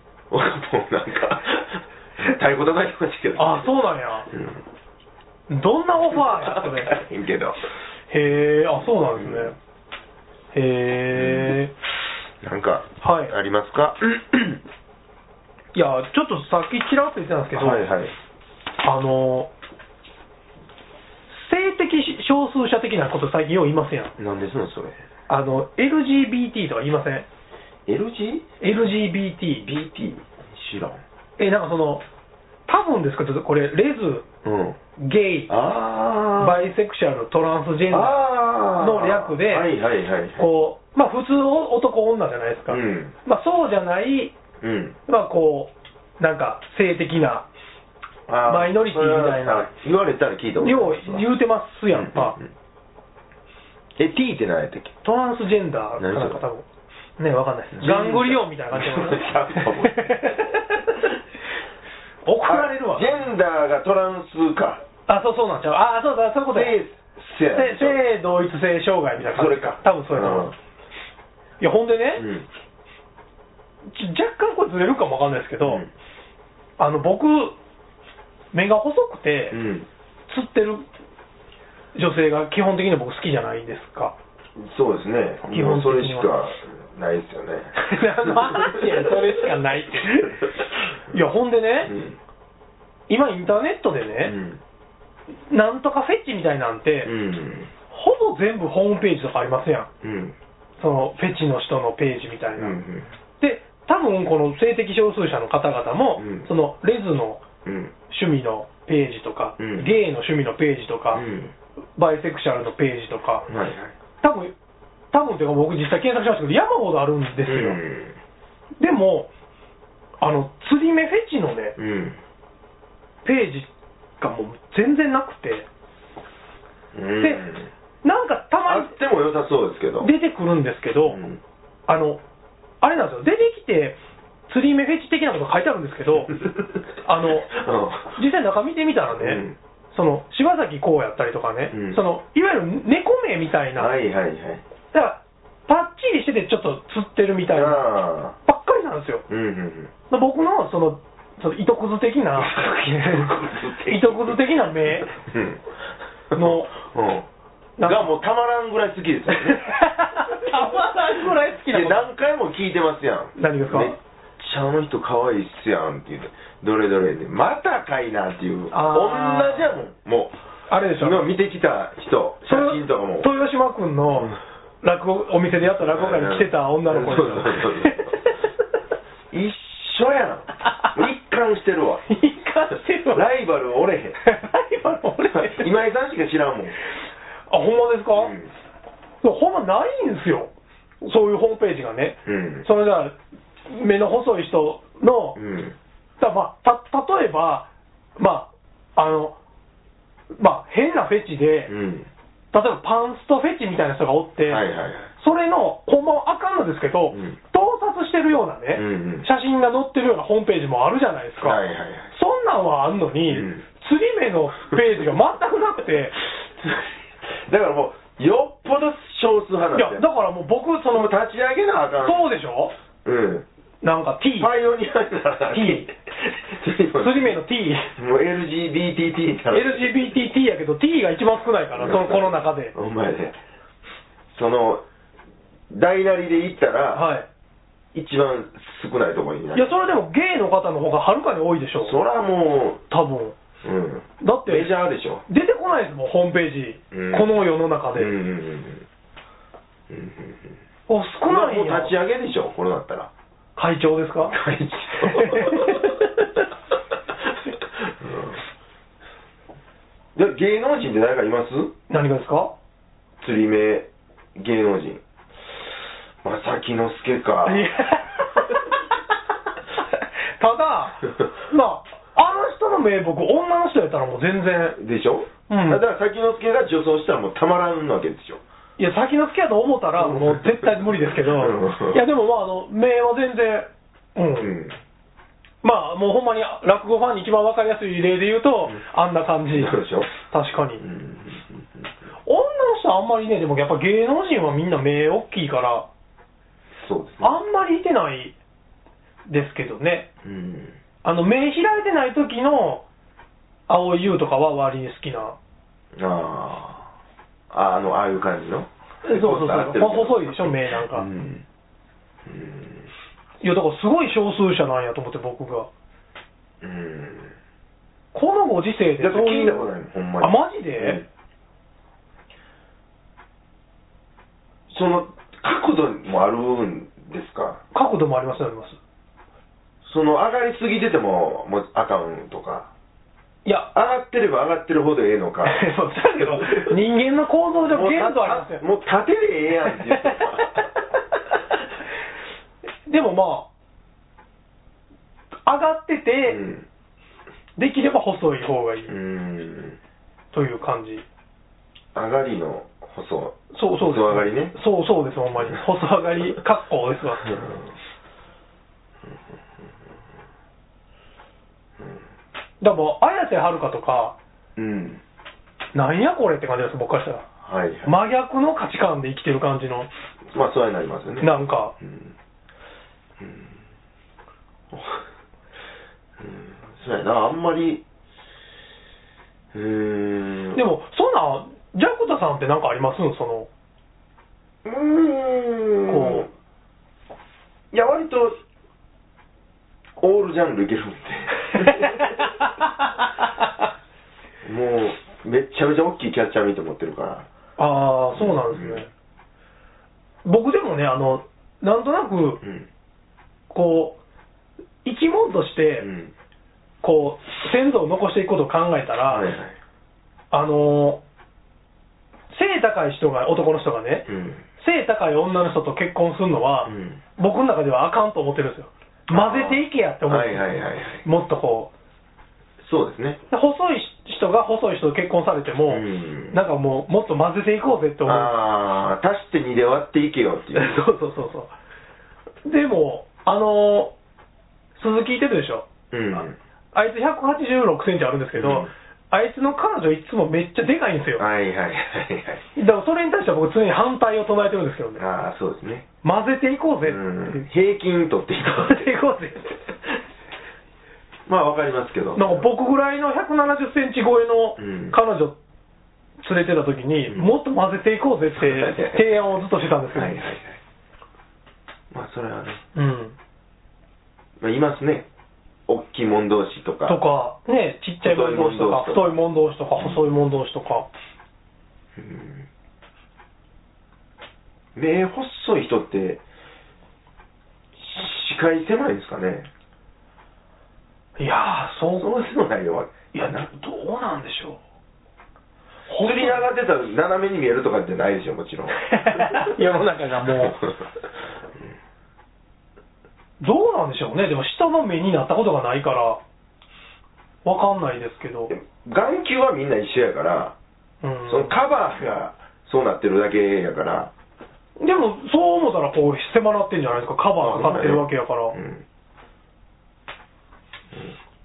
Speaker 1: 太鼓叩きましたけど、
Speaker 2: あそうなんや
Speaker 1: うん
Speaker 2: どんなオファーやそ
Speaker 1: 分
Speaker 2: れ
Speaker 1: からへんけど
Speaker 2: へえあそうなんですね、へえ、
Speaker 1: なんか
Speaker 2: はい
Speaker 1: ありますか、
Speaker 2: いやちょっとさっきちらっと言ってたんですけど、
Speaker 1: はいはい
Speaker 2: あの性的少数者的なこと最近よう言いませんやん
Speaker 1: 何ですのそれ
Speaker 2: あの LGBT とか言いません
Speaker 1: LG?
Speaker 2: LGBT
Speaker 1: BT? 知らん。
Speaker 2: えなんかその多分ですけどこれレズ
Speaker 1: うん。
Speaker 2: ゲイ
Speaker 1: あ
Speaker 2: バイセクシャルトランスジェンダー
Speaker 1: あー
Speaker 2: の略で
Speaker 1: はいはいはいはい。
Speaker 2: こうまあ普通男女じゃないですか、
Speaker 1: うん
Speaker 2: まあそうじゃない
Speaker 1: うん。
Speaker 2: まあこうなんか性的な
Speaker 1: あー
Speaker 2: マイノリティみたいな
Speaker 1: それはさ言われたら聞いたこと
Speaker 2: よ
Speaker 1: あ
Speaker 2: う
Speaker 1: る
Speaker 2: 言うてますやんか、
Speaker 1: うんうんうんえ、T って何やったっけ
Speaker 2: トランスジェンダーかなんか
Speaker 1: 何それ
Speaker 2: 多分ねわかんないですガングリオンみたいな感じで 怒られるわ
Speaker 1: あジェンダーがトランスか。
Speaker 2: あそうそうなんちゃうあそうだそういうことや
Speaker 1: 性や
Speaker 2: 性性同一性障害みたいな感
Speaker 1: そ
Speaker 2: じ
Speaker 1: れか
Speaker 2: 多分そうやと思ういやほんで
Speaker 1: う
Speaker 2: ね、
Speaker 1: ん。
Speaker 2: ち若干これずれるかもわかんないですけ
Speaker 1: う
Speaker 2: ど、
Speaker 1: ん
Speaker 2: あの僕目が細くて、
Speaker 1: うん。
Speaker 2: 釣ってる女性が基本的に僕好きじゃないです か。
Speaker 1: そうですね。
Speaker 2: 基
Speaker 1: も
Speaker 2: 本的に
Speaker 1: う
Speaker 2: は
Speaker 1: それしかないですよね。
Speaker 2: 何の話やそれしかない って。いや、ほんで
Speaker 1: う
Speaker 2: ね、
Speaker 1: ん
Speaker 2: 今インターネットで
Speaker 1: う
Speaker 2: ね、
Speaker 1: ん
Speaker 2: なんとかフェッチみたいなんて、
Speaker 1: うん
Speaker 2: ほぼ全部ホームページとかありますや
Speaker 1: う
Speaker 2: ん。
Speaker 1: ん
Speaker 2: そのフェチの人のページみた
Speaker 1: う
Speaker 2: い
Speaker 1: んう
Speaker 2: な。
Speaker 1: ん
Speaker 2: で、多分この性的少数者の方々も、
Speaker 1: うん
Speaker 2: そのレズの
Speaker 1: うん
Speaker 2: 趣味のページとか、
Speaker 1: うん
Speaker 2: ゲイの趣味のページとか、
Speaker 1: うん
Speaker 2: バイセクシャルのページとか、
Speaker 1: はいはい。
Speaker 2: 多分多分っていうか僕実際検索しましたけど、山ほどあるんですよ。でも、あの、釣り目フェチのね、
Speaker 1: うんうん
Speaker 2: ページがもう全然なくて、
Speaker 1: うん
Speaker 2: でなんかた
Speaker 1: あ
Speaker 2: ま
Speaker 1: っても良さそうですけど。
Speaker 2: に出てくるんですけど、
Speaker 1: うん、
Speaker 2: あの、あれなんですよ、出てきて、釣り目フェチ的なこと書いてあるんですけど あの
Speaker 1: う、ん
Speaker 2: 実際中見てみたらね、その柴崎ウやったりとかね、
Speaker 1: うん
Speaker 2: そのいわゆる猫目みたいな、
Speaker 1: はいはいはい。
Speaker 2: だからパッチリしててちょっと釣ってるみたいな
Speaker 1: ああ。
Speaker 2: ばっかりなんですよ。
Speaker 1: うんうんうん。
Speaker 2: 僕のそのその糸くず的な糸くず的な目
Speaker 1: うん
Speaker 2: の
Speaker 1: うん
Speaker 2: なんか
Speaker 1: がもうたまらんぐらい好きですよね。
Speaker 2: たまらんぐらい好きな
Speaker 1: で
Speaker 2: こと
Speaker 1: 何回も聞いてますやん。
Speaker 2: 何ですか
Speaker 1: めっちゃあの人可愛いっすやんって言って、どれどれで、またかいなっていう、同じ
Speaker 2: あー
Speaker 1: やもん、もう。
Speaker 2: あれでしょ
Speaker 1: 今見てきた人、写真とかも。
Speaker 2: 豊島君の
Speaker 1: うん
Speaker 2: 落語お店でやった落語会に来てた女の子ですよ
Speaker 1: そうそうそう一緒や ん。一貫してるわ。
Speaker 2: 一貫してるわ
Speaker 1: ライバルおれへん。
Speaker 2: ライバル俺
Speaker 1: 今井さんしか知らんもん。
Speaker 2: あほんまですか、
Speaker 1: うん
Speaker 2: そうほんまないんですよそういうホームページがね、
Speaker 1: うん
Speaker 2: そのじゃあ目の細い人の、
Speaker 1: うん。
Speaker 2: だまあ、た例えばまああのまあ変なフェチで、例え
Speaker 1: うん。
Speaker 2: ばパンストフェチみたいな人がおって、
Speaker 1: はいはいはい。
Speaker 2: それのほんまはあかんのですけど、
Speaker 1: うん
Speaker 2: 盗撮してるようなね、
Speaker 1: うんうん
Speaker 2: 写真が載ってるようなホームページもあるじゃないですか、
Speaker 1: はいはいはい
Speaker 2: そんなんはあんのに、
Speaker 1: うん
Speaker 2: 釣り目のページが全くな くて
Speaker 1: だからもう、よっぽど少数派なん
Speaker 2: いやだ
Speaker 1: だよ。
Speaker 2: からもう僕そ
Speaker 1: その
Speaker 2: の
Speaker 1: 立ち上げなあかん。
Speaker 2: そうでしょ
Speaker 1: うん。
Speaker 2: なんか T
Speaker 1: パイオニアにならな
Speaker 2: T 釣り目の T
Speaker 1: もう LGBTT になら
Speaker 2: LGBTT やけど T が一番少ないからそのこの中で
Speaker 1: お前ね、その、大なりで言ったら、
Speaker 2: はい
Speaker 1: 一番少ないところにない
Speaker 2: や
Speaker 1: る。
Speaker 2: それでもゲイの方の方がはるかに多いでしょ
Speaker 1: そらも
Speaker 2: 多分
Speaker 1: う、うん。
Speaker 2: だって
Speaker 1: メジャーでしょ。
Speaker 2: 出てこないですもんホームページ、
Speaker 1: うん
Speaker 2: この世の中
Speaker 1: うん
Speaker 2: で、
Speaker 1: うんうんうん。うんうんうん
Speaker 2: お少ない
Speaker 1: も
Speaker 2: ん
Speaker 1: う
Speaker 2: や
Speaker 1: 立ち上げでしょ、これだったら。
Speaker 2: 会長ですか
Speaker 1: 会長 じゃあ芸能人って誰かいます
Speaker 2: 何がですか
Speaker 1: 釣り目芸能人正木之助か
Speaker 2: いや ただまああの人の名僕女の人やったらもう全然
Speaker 1: でしょ、
Speaker 2: うん
Speaker 1: だから先之助が女装したらもうたまらんわけでしょ
Speaker 2: いや先の好きやと思ったら
Speaker 1: うん
Speaker 2: もう絶対無理ですけど、
Speaker 1: うん
Speaker 2: いやでもまああの名は全然うん、
Speaker 1: うん
Speaker 2: まあもうほんまに落語ファンに一番わかりやすい例で言うと、あんな感じ
Speaker 1: そうでしょ
Speaker 2: 確かに、
Speaker 1: うん
Speaker 2: 女の人あんまりねでもやっぱ芸能人はみんな目大きいから
Speaker 1: そうですね
Speaker 2: あんまりいてないですけどね
Speaker 1: うん
Speaker 2: あの目開いてない時の蒼井優とかは割に好きな
Speaker 1: あーああのああいう感じの
Speaker 2: そうそうそう
Speaker 1: こなってるけど
Speaker 2: 細いでしょ目なんか
Speaker 1: うんうん
Speaker 2: いやだからすごい少数者なんやと思って僕が
Speaker 1: うん
Speaker 2: このご時世で
Speaker 1: だって
Speaker 2: そう
Speaker 1: 聞
Speaker 2: い
Speaker 1: いうたことないもんほんまに
Speaker 2: あマジで、
Speaker 1: うんその角度もあるんですか
Speaker 2: 角度もありますあります
Speaker 1: その上がりすぎててももうあかんとか
Speaker 2: いや
Speaker 1: 上がってれば上がってるほどええの か
Speaker 2: そうだけど人間の構造上
Speaker 1: もう
Speaker 2: 限度あります
Speaker 1: た
Speaker 2: よ
Speaker 1: もう縦でええやんって言って
Speaker 2: でもまあ上がってて、
Speaker 1: うん
Speaker 2: できれば細い方が いい
Speaker 1: うん
Speaker 2: という感じ、
Speaker 1: 上がりの細
Speaker 2: そうそうです
Speaker 1: 細上がりね
Speaker 2: そうそうですほんまに細上がり格好ですわだからもう綾瀬はるかとか
Speaker 1: うん
Speaker 2: なんやこれって感じです僕からしたら
Speaker 1: はいはいま
Speaker 2: 真逆の価値観で生きてる感じの
Speaker 1: あそうなりますよね
Speaker 2: なんか
Speaker 1: うんうんうんそうやなあんまりうーん
Speaker 2: でもそんなんジャクタさんってなんかありますその、
Speaker 1: うーん。
Speaker 2: こ
Speaker 1: いや、割と、オールジャンルいけ るんで。もう、めっちゃめちゃ大きいキャッチャーミート持ってるから。
Speaker 2: ああ、そうなんですね。僕でもね、あの、なんとなく
Speaker 1: う、ん。
Speaker 2: こう、生き物とし
Speaker 1: う
Speaker 2: て、
Speaker 1: ん。
Speaker 2: こう、先祖を残していくことを考えたら、
Speaker 1: はいはい。
Speaker 2: あのー背高い人が、男の人がね、
Speaker 1: うん。
Speaker 2: 背高い女の人と結婚するのは、
Speaker 1: うん
Speaker 2: 僕の中ではあかんと思ってるんですよ。混ぜていけやって思ってる、
Speaker 1: はいはいはいはい
Speaker 2: もっとこう。
Speaker 1: そうですね。
Speaker 2: で細い人が細い人と結婚されても、
Speaker 1: うん
Speaker 2: なんかもう、もっと混ぜていこうぜって思う。
Speaker 1: ああ、足して2で割っていけよっていう。
Speaker 2: そうそうそうそう。でも、あのー鈴木いてるでしょ。
Speaker 1: うん。
Speaker 2: ああいつ186センチあるんですけど、
Speaker 1: うん
Speaker 2: あいつの彼女いつもめっちゃでかいんですよ。
Speaker 1: はいはいはいはい。
Speaker 2: だからそれに対しては僕常に反対を唱えてるんですけどね。
Speaker 1: ああ、そうですね。
Speaker 2: 混ぜていこう
Speaker 1: う
Speaker 2: ぜってい
Speaker 1: ん
Speaker 2: う。
Speaker 1: 平均取っていく
Speaker 2: 混ぜていこうぜって。
Speaker 1: まあわかりますけど。
Speaker 2: なんか僕ぐらいの170センチ超えの
Speaker 1: うん
Speaker 2: 彼女連れてた時に、
Speaker 1: うん
Speaker 2: もっと混ぜていこうぜ って提案をずっとしてたんですけど。
Speaker 1: はいはいはい。まあそれはね、
Speaker 2: うん。
Speaker 1: まあ、いますね。大きいもん同士とか。
Speaker 2: とか、ね、ちっちゃいもん同士とか、
Speaker 1: 太
Speaker 2: 太
Speaker 1: い
Speaker 2: いもん同士とか、細いもん同士とか。
Speaker 1: うん。目細い人って、視界狭いんですかね。
Speaker 2: いやー、そう、
Speaker 1: そうでもないよ。
Speaker 2: いや、などうなんでしょう。。
Speaker 1: 釣り上がってたら斜めに見えるとかじゃないでしょ、もちろん
Speaker 2: 世の中がもうどうなんでしょうね。でも下の目になったことがないから、わかんないですけど。
Speaker 1: うん 眼球はみんな一緒やから、
Speaker 2: うん、
Speaker 1: そのカバーがそうなってるだけやから。
Speaker 2: でも、そう思ったら、こう、迫らってんじゃないですか。カバーかかってるわけやから。
Speaker 1: うんうん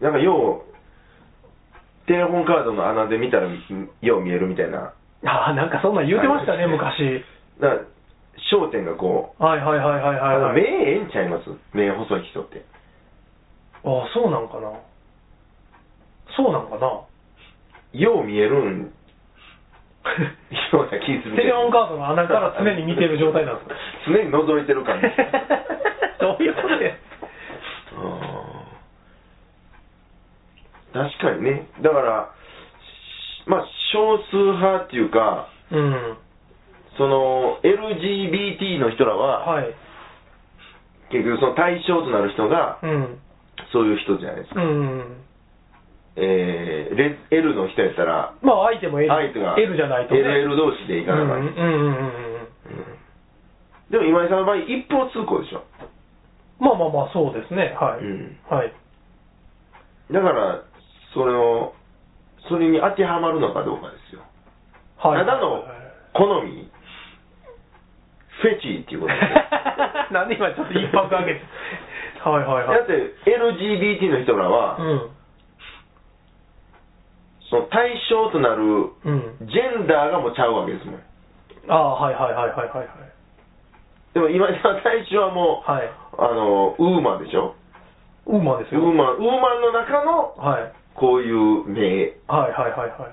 Speaker 1: なんかよう、テレホンカードの穴で見たらうんよう見えるみたいな。
Speaker 2: ああ、なんかそんなん言うてました
Speaker 1: は
Speaker 2: ね、
Speaker 1: い
Speaker 2: 昔。
Speaker 1: だから、焦点がこう、
Speaker 2: はいはいはいはいはい、はい。
Speaker 1: 目ええんちゃいます目細い人って。
Speaker 2: ああ、そうなんかな。そうなんかな。
Speaker 1: よう見えるん、ような気するけど
Speaker 2: テレホンカードの穴から常に見てる状態なんですか
Speaker 1: 常に覗いてる感 じ。
Speaker 2: どういうことや
Speaker 1: あー確かにね、だから、しまあ、少数派っていうか、
Speaker 2: うん。
Speaker 1: その LGBT の人らは、
Speaker 2: はい。
Speaker 1: 結局、その対象となる人が、
Speaker 2: うん。
Speaker 1: そういう人じゃないです
Speaker 2: う
Speaker 1: か、
Speaker 2: ん。
Speaker 1: えーレ L の人やったら、
Speaker 2: まあ、相手も L,
Speaker 1: 相手が
Speaker 2: L じゃないとね。
Speaker 1: LL 同士でいかなあか
Speaker 2: うんんうんうんうんうん。
Speaker 1: うんでも今井さんの場合、一方通行でしょ、
Speaker 2: まあまあまあ、そうですね。は
Speaker 1: う
Speaker 2: い。
Speaker 1: ん
Speaker 2: はい。
Speaker 1: だから、そのそれに当てはまるのかどうかですよ。
Speaker 2: はい。
Speaker 1: ただの好み、フェチっていうことですよ。
Speaker 2: なんで今ちょっと一泊あげて。はいはいはい。
Speaker 1: だって LGBT の人らは、その対象となる
Speaker 2: うん。うん。
Speaker 1: ジェンダーがもうちゃうわけですもん。
Speaker 2: ああ、はいはいはいはいはいはい。
Speaker 1: でも今井さんの対象はもう、
Speaker 2: はい
Speaker 1: あのウーマンでしょ
Speaker 2: ウーマンです
Speaker 1: ウー
Speaker 2: よ。
Speaker 1: マンウーマンの中の
Speaker 2: はい。
Speaker 1: こういう目
Speaker 2: はいはいはいは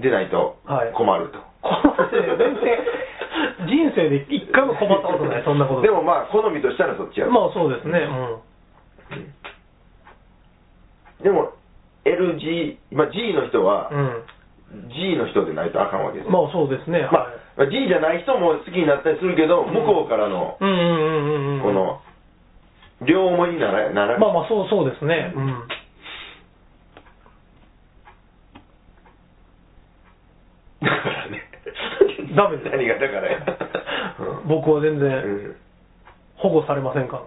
Speaker 2: い。
Speaker 1: でないと
Speaker 2: はい
Speaker 1: 困ると。
Speaker 2: 困って全然、人生で一回も困ったことない、そんなこと
Speaker 1: でもまあ好みとしたらそっちや
Speaker 2: まあそうですね。うん。
Speaker 1: でも LG、まあ、G の人は、
Speaker 2: うん。
Speaker 1: G の人でないとあかんわけです、
Speaker 2: まあそうですね。は
Speaker 1: ま
Speaker 2: い。
Speaker 1: あまあ G じゃない人も好きになったりするけど、向こうからの
Speaker 2: うんうんうんうんうん。
Speaker 1: この、両思いにならなら
Speaker 2: まあまあそうそうですね。うん。
Speaker 1: だからね。
Speaker 2: ダメです
Speaker 1: 何がだからや。うん
Speaker 2: 僕は全
Speaker 1: う
Speaker 2: 然保護されませんから。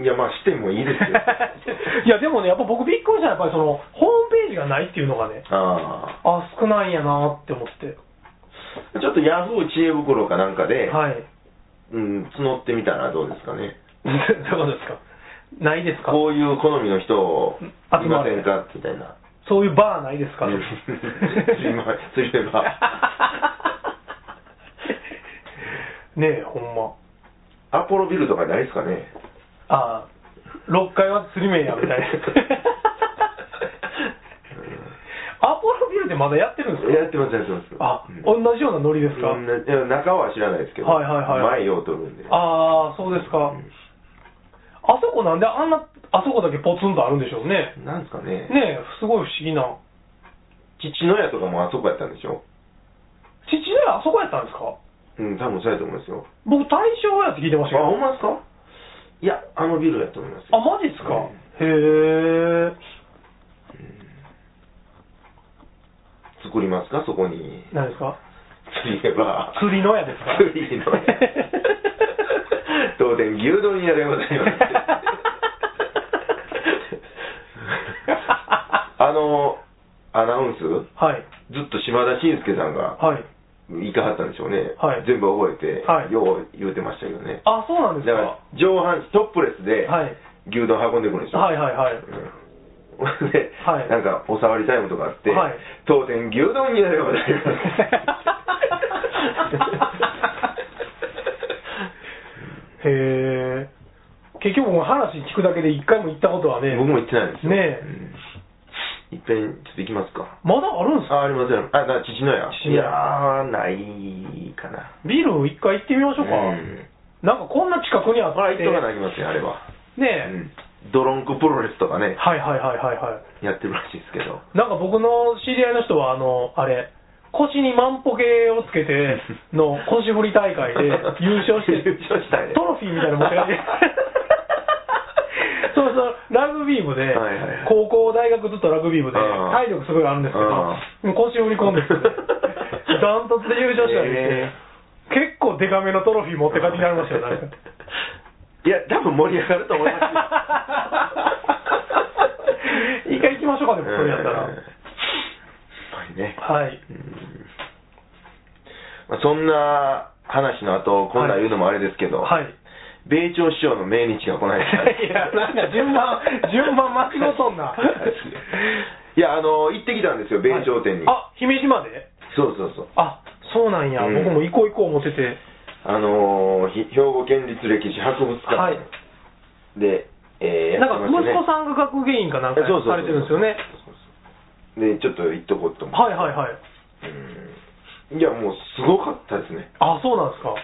Speaker 1: んいや、まあ、してもいいですよ。
Speaker 2: いやでもね、やっぱ僕びっくりしたのはやっぱりその、ホームページがないっていうのが ね、
Speaker 1: あ
Speaker 2: あ、少ないんやなって思って。
Speaker 1: あ。ちょっとヤフー知恵袋かなんかで、
Speaker 2: はい。
Speaker 1: うん、募ってみたらどうですかね。
Speaker 2: どういうことですかないですか
Speaker 1: こういう好みの人を
Speaker 2: 集
Speaker 1: い
Speaker 2: ま
Speaker 1: ま
Speaker 2: る
Speaker 1: せんかみたいな。
Speaker 2: そういうバーないですか
Speaker 1: うんすいませんすいま
Speaker 2: ねえ、ほんま。
Speaker 1: アポロビルとかないですかね。
Speaker 2: ああ、6階は釣り目や、みたいな。アポロビ人でまだやってるんですか
Speaker 1: やってますやってます
Speaker 2: あ、
Speaker 1: うん
Speaker 2: 同じようなノリですか、
Speaker 1: うんないや中は知らないですけど、
Speaker 2: はいはいはい
Speaker 1: 前よう取るんで
Speaker 2: ああ、そうですか。あそこなんであんな、あそこだけポツンとあるんでしょうね
Speaker 1: う。んなんですかね
Speaker 2: ねえ、すごい不思議な。
Speaker 1: 父の屋とかもあそこやったんでしょ
Speaker 2: 父親あそこやったんですか
Speaker 1: うん多分そうやと思いますよ
Speaker 2: 僕、大正やって聞いてま
Speaker 1: あ
Speaker 2: したけど。
Speaker 1: ほんまですかいやあのビルやと思いますよ
Speaker 2: あ、マジっすか、
Speaker 1: うん
Speaker 2: へえ。
Speaker 1: 作りますかそこ に
Speaker 2: 何ですか
Speaker 1: 釣りれば
Speaker 2: 釣りの屋ですか
Speaker 1: 釣りの屋 当店牛丼屋でございます あのアナウンス
Speaker 2: はい。
Speaker 1: ずっと島田紳介さんが
Speaker 2: はい。
Speaker 1: 行かはったんでしょうね、
Speaker 2: はい
Speaker 1: 全部覚えて、
Speaker 2: はい
Speaker 1: よう言うてましたけどね
Speaker 2: あ、そうなんで
Speaker 1: だ
Speaker 2: す
Speaker 1: か
Speaker 2: から
Speaker 1: 上半身トップレスで
Speaker 2: はい
Speaker 1: 牛丼運んでくるんでしょ、
Speaker 2: はいはいはい。
Speaker 1: うん で、
Speaker 2: はい
Speaker 1: なんかお触りタイムとかあって、
Speaker 2: はい
Speaker 1: 当店牛丼になればなります
Speaker 2: へえ。結局もう話聞くだけで一回も行ったことはね、
Speaker 1: 僕も行ってないんですよ。
Speaker 2: ね
Speaker 1: うんいっぺん、ちょっと行きますか。
Speaker 2: まだあるんです
Speaker 1: あ、
Speaker 2: か
Speaker 1: ありません。あ、だから父のや。
Speaker 2: 父の
Speaker 1: い
Speaker 2: 家
Speaker 1: やー、ないかな。
Speaker 2: ビル一回行ってみましょうか。
Speaker 1: うん
Speaker 2: なんかこんな近くにあって。
Speaker 1: まあ、行っとかなきますね、あれは。
Speaker 2: ね
Speaker 1: う
Speaker 2: え、
Speaker 1: ん。ドロンクプロレスとかね、
Speaker 2: はいはいはいはいは
Speaker 1: やってるらしいですけど。
Speaker 2: い。なんか僕の知り合いの人は、あの、あれ、腰に万歩計をつ けての腰振り大会で優勝して
Speaker 1: 優勝したね
Speaker 2: トロフィーみたいなの持って 帰ってそうそう、ラグビー部で、
Speaker 1: はいはいはい
Speaker 2: 高校、大学ずっとラグビー部で、
Speaker 1: うん
Speaker 2: 体力すごいあるんですけど、
Speaker 1: う
Speaker 2: もう腰振り込んで、 ダントツで優勝したりして
Speaker 1: へ、
Speaker 2: 結構デカめのトロフィー持って帰ってきられましたよ、なん か。
Speaker 1: いや、多分盛り上がると思いますよ
Speaker 2: 一回行きましょうかねこれやったら
Speaker 1: うんやっぱりね。
Speaker 2: はい。
Speaker 1: うんまあ、そんな話の後、こんなん言うのもあれですけど、
Speaker 2: はい。
Speaker 1: 米朝首相の命日がこない
Speaker 2: いやなんか 順番順番間違うとんな
Speaker 1: いや、あの、行ってきたんですよ、米朝店に。
Speaker 2: あ、姫路まで
Speaker 1: そうそうそう。
Speaker 2: あ、そうなんや。
Speaker 1: うん
Speaker 2: 僕も行こう行こう思ってて。
Speaker 1: あのーひ兵庫県立歴史博物館、
Speaker 2: はい
Speaker 1: で、えー、
Speaker 2: なんか
Speaker 1: や
Speaker 2: 息子
Speaker 1: ってま
Speaker 2: さんが学芸員かな
Speaker 1: す
Speaker 2: んか
Speaker 1: ねそうそうそう
Speaker 2: されてるんですよね。
Speaker 1: そうそうそうで、ちょっと行っとこうと思って。
Speaker 2: はいはいはい。
Speaker 1: うんいや、もうすごかったですね。
Speaker 2: あ、そうなんですか。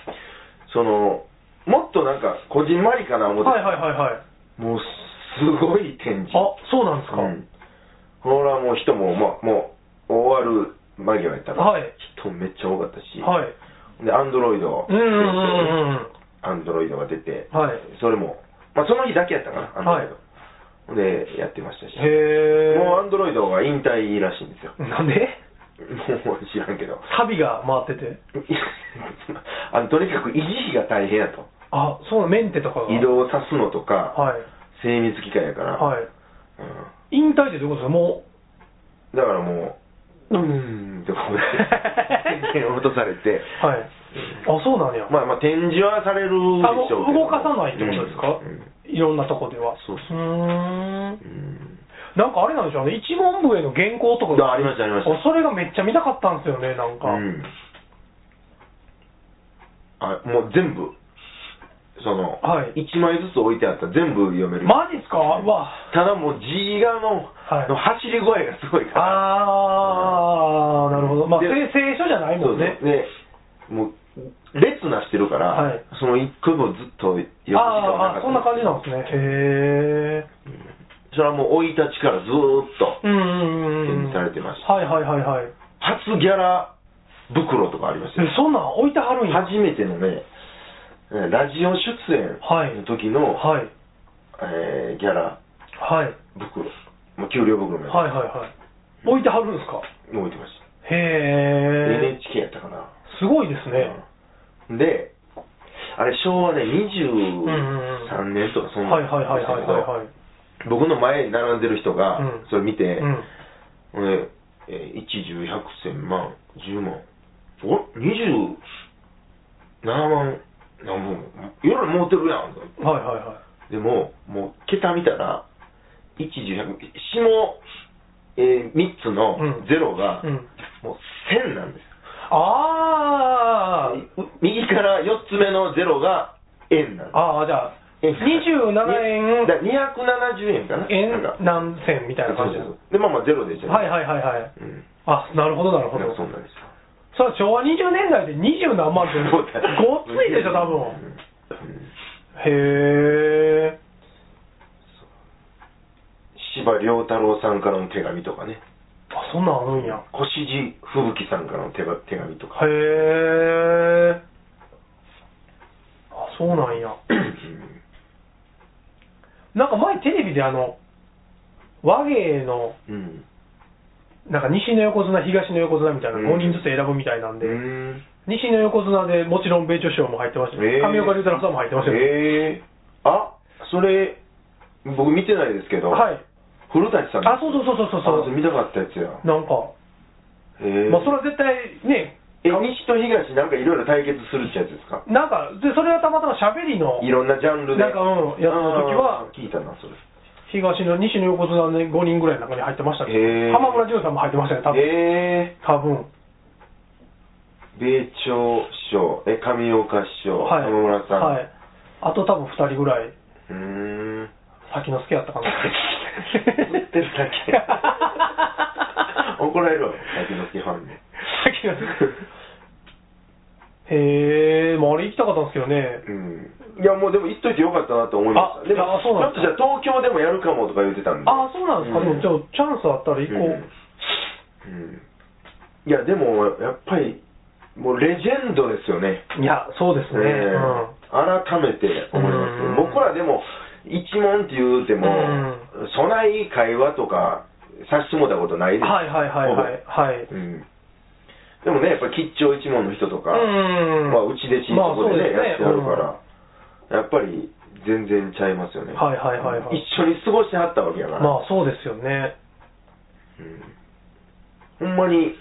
Speaker 1: その、もっとなんか、こじんまりかな思って、
Speaker 2: はいはいはいはい。
Speaker 1: もうすごい展示。
Speaker 2: あ、そうなんですか。
Speaker 1: うんほら、もう人も、まあ、もう、終わる間際やったから、
Speaker 2: はい
Speaker 1: 人めっちゃ多かったし、
Speaker 2: はい。
Speaker 1: で、アンドロイド、
Speaker 2: うんうんうんうん。
Speaker 1: アンドロイドが出て、
Speaker 2: はい
Speaker 1: それも、まあ、その日だけやったかな、アンドロイド。で、やってましたし、
Speaker 2: へえ。
Speaker 1: もうアンドロイドが引退らしいんですよ。
Speaker 2: なんで
Speaker 1: もう知らんけど。
Speaker 2: サビが回ってて。
Speaker 1: あのとにかく維持費が大変やと。
Speaker 2: あ、そうメンテとかが。
Speaker 1: 移。動さすのとか、
Speaker 2: はい。
Speaker 1: 精密機械やから、
Speaker 2: はい。
Speaker 1: うん
Speaker 2: 引退ってどういうことですかも う。
Speaker 1: だからもう、うーんってこうやって、点落とされて、
Speaker 2: はい。あ、そうなんや。
Speaker 1: まあまあ展示はされる
Speaker 2: あも
Speaker 1: で
Speaker 2: う
Speaker 1: しょうけど。
Speaker 2: 動かさないってことですか、
Speaker 1: うん
Speaker 2: いろんなとこでは。
Speaker 1: そうそう
Speaker 2: ーん
Speaker 1: うん
Speaker 2: なんかあれなんでしょうね、一問笛の原稿とか
Speaker 1: あありましたありました
Speaker 2: それがめっちゃ見たかったんですよね、なんか。
Speaker 1: うんあもう全部、その、
Speaker 2: はい
Speaker 1: 一枚ずつ置いてあったら全部読める。
Speaker 2: マジっすか
Speaker 1: うん
Speaker 2: わ
Speaker 1: ただもう G がの、
Speaker 2: はい
Speaker 1: の走り具合がすごいから。
Speaker 2: あー、なるほど。まあ、
Speaker 1: で
Speaker 2: 聖聖書じゃないもんね。
Speaker 1: そうそうで、もう、列なしてるから、
Speaker 2: はい
Speaker 1: その一個もずっと読む時間
Speaker 2: あー
Speaker 1: なかった
Speaker 2: あ、そんな感じなんですね。へー。
Speaker 1: それはもう生い立ちからずーっと、
Speaker 2: うんうんうんうん。
Speaker 1: 展示されてました
Speaker 2: はいはいはいはい。
Speaker 1: 初ギャラ袋とかありましたよ
Speaker 2: え、そんなん置いてはるんや。
Speaker 1: 初めてのね、えーラジオ出演の時の、
Speaker 2: はい。
Speaker 1: えーギャラ
Speaker 2: はい。
Speaker 1: 袋、もう給料袋のやつ
Speaker 2: はいはいはい。置いてはるんですか
Speaker 1: もう置いてました。
Speaker 2: へえ。
Speaker 1: NHK やったかな。
Speaker 2: すごいですね。
Speaker 1: うんで、あれ昭和ね、
Speaker 2: うんうんうん
Speaker 1: 23年とかそんな
Speaker 2: はいはいはいはいはいはい。
Speaker 1: 僕の前に並んでる人が
Speaker 2: うん
Speaker 1: それ見て、
Speaker 2: うん
Speaker 1: 俺、えー、一十百千万、十万、お二十七万、何本、いろいろ持ってるやんと。
Speaker 2: はいはいはい。
Speaker 1: でも、もう、桁見たら、一十百、下、えー、三つの
Speaker 2: うん
Speaker 1: ゼロが、
Speaker 2: うん
Speaker 1: もう千なんです。
Speaker 2: あー
Speaker 1: 右から四つ目のゼロが円なんです。
Speaker 2: あー、じゃあ、
Speaker 1: え
Speaker 2: 27円
Speaker 1: だ270円かな
Speaker 2: 円
Speaker 1: なんか
Speaker 2: 何銭みたいな感じ
Speaker 1: そう
Speaker 2: で
Speaker 1: そうそうでまあまあゼロでじゃ
Speaker 2: はい
Speaker 1: い
Speaker 2: はいはいはい。
Speaker 1: うん
Speaker 2: あ、なるほどなるほ
Speaker 1: なん
Speaker 2: ど
Speaker 1: か。そんなんですよ
Speaker 2: それ昭和20年代で20何万ってごっついでしょ、多分。
Speaker 1: うんうん
Speaker 2: へえ。
Speaker 1: 柴良太郎さんからの手紙とかね
Speaker 2: あ、そんなんあるんや。へ
Speaker 1: 越路吹雪さんからの手が手紙とか、
Speaker 2: え。あ、そうなんや。
Speaker 1: うん
Speaker 2: なんか前テレビであの、和芸の、
Speaker 1: うん
Speaker 2: なんか西の横綱、東の横綱みたいな
Speaker 1: うん
Speaker 2: 5人ずつ選ぶみたいなん
Speaker 1: う
Speaker 2: で、
Speaker 1: ん
Speaker 2: 西の横綱でもちろん米朝首相も入ってました
Speaker 1: え
Speaker 2: し、
Speaker 1: ー
Speaker 2: 上岡龍太郎さんも入ってましたよ
Speaker 1: えーあそれ僕見てないですけど、
Speaker 2: はい。
Speaker 1: 古舘さん
Speaker 2: あ、そうそうそうそうそ
Speaker 1: あ
Speaker 2: う
Speaker 1: 見たかったやつや
Speaker 2: なんか、
Speaker 1: へえ
Speaker 2: まあそれは絶対ね、
Speaker 1: え西と東なんかいろいろ対決するってやつですか
Speaker 2: なんか、で、それはたまたま喋りの
Speaker 1: いろんなジャンルで
Speaker 2: なんかうんやった時
Speaker 1: あ
Speaker 2: は
Speaker 1: ー聞いたなそれ
Speaker 2: 東の、西の横綱で5人ぐらいの中に入ってましたけ
Speaker 1: へー
Speaker 2: ど、浜村淳さんも入ってましたね、多分。
Speaker 1: え
Speaker 2: 多分。
Speaker 1: ー、米朝師匠え上岡師匠、
Speaker 2: はい。
Speaker 1: 浜村さん、
Speaker 2: はい。あと多分2人ぐらい、
Speaker 1: うーん
Speaker 2: 先の助やったかな。
Speaker 1: 言 ってるだけ怒られるわ先の基本に
Speaker 2: 先のへえ、まああれ行きたかったんですけどね。
Speaker 1: うんいやもうでも言っといてよかったなと思いました
Speaker 2: あ
Speaker 1: でも
Speaker 2: あそうなん
Speaker 1: ひょ
Speaker 2: です
Speaker 1: っとじゃあ東京でもやるかもとか言ってたんで
Speaker 2: ああ、そうなんですか。でも、じゃあ、チャンスあったら行
Speaker 1: う
Speaker 2: こう。
Speaker 1: んうんいやでもやっぱりもうレジェンドですよね
Speaker 2: いや、そうですね。
Speaker 1: え
Speaker 2: うん
Speaker 1: 改めて思います
Speaker 2: うん
Speaker 1: ね僕らでも一問って言うても
Speaker 2: う
Speaker 1: そない会話とかさしてもらったことないです
Speaker 2: はいはいはいはい。はい。
Speaker 1: うんでもねやっぱ吉兆一門の人とか
Speaker 2: うん
Speaker 1: まあうち弟子のとこでね
Speaker 2: まあそうですね
Speaker 1: やってはるからやっぱり全然ちゃいますよね
Speaker 2: はいはいはいはい
Speaker 1: 一緒に過ごしてはったわけやから
Speaker 2: まあそうですよね。
Speaker 1: うんほんまに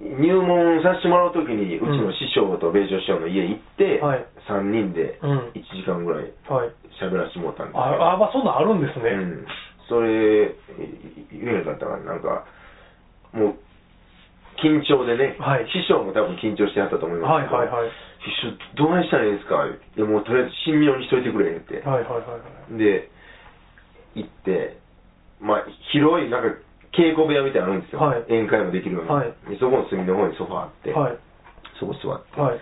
Speaker 1: 入門させてもらうときに、うちの師匠と米朝師匠の家行って、
Speaker 2: はい
Speaker 1: 3人で
Speaker 2: う
Speaker 1: 1
Speaker 2: ん
Speaker 1: 時間ぐらい
Speaker 2: はい。
Speaker 1: 喋らせてもらったんですけど
Speaker 2: ああ、まあそんなんあるんですね。
Speaker 1: うん、それ、言えなかったから、なんか、もう、緊張でね、
Speaker 2: はい
Speaker 1: 師匠も多分緊張してはったと思いますけど、
Speaker 2: はいはいはい
Speaker 1: 師匠、どないしたらいいですかいやもうとりあえず神妙にしといてくれって。
Speaker 2: はいはいはいはい。
Speaker 1: で、行って、まあ、広い、なんか、稽古部屋みたいなのあるんですよ。
Speaker 2: はい
Speaker 1: 宴会もできるように。
Speaker 2: はい
Speaker 1: でそこの隅の方にソファーあって、
Speaker 2: はい。
Speaker 1: そこ座って、
Speaker 2: はい。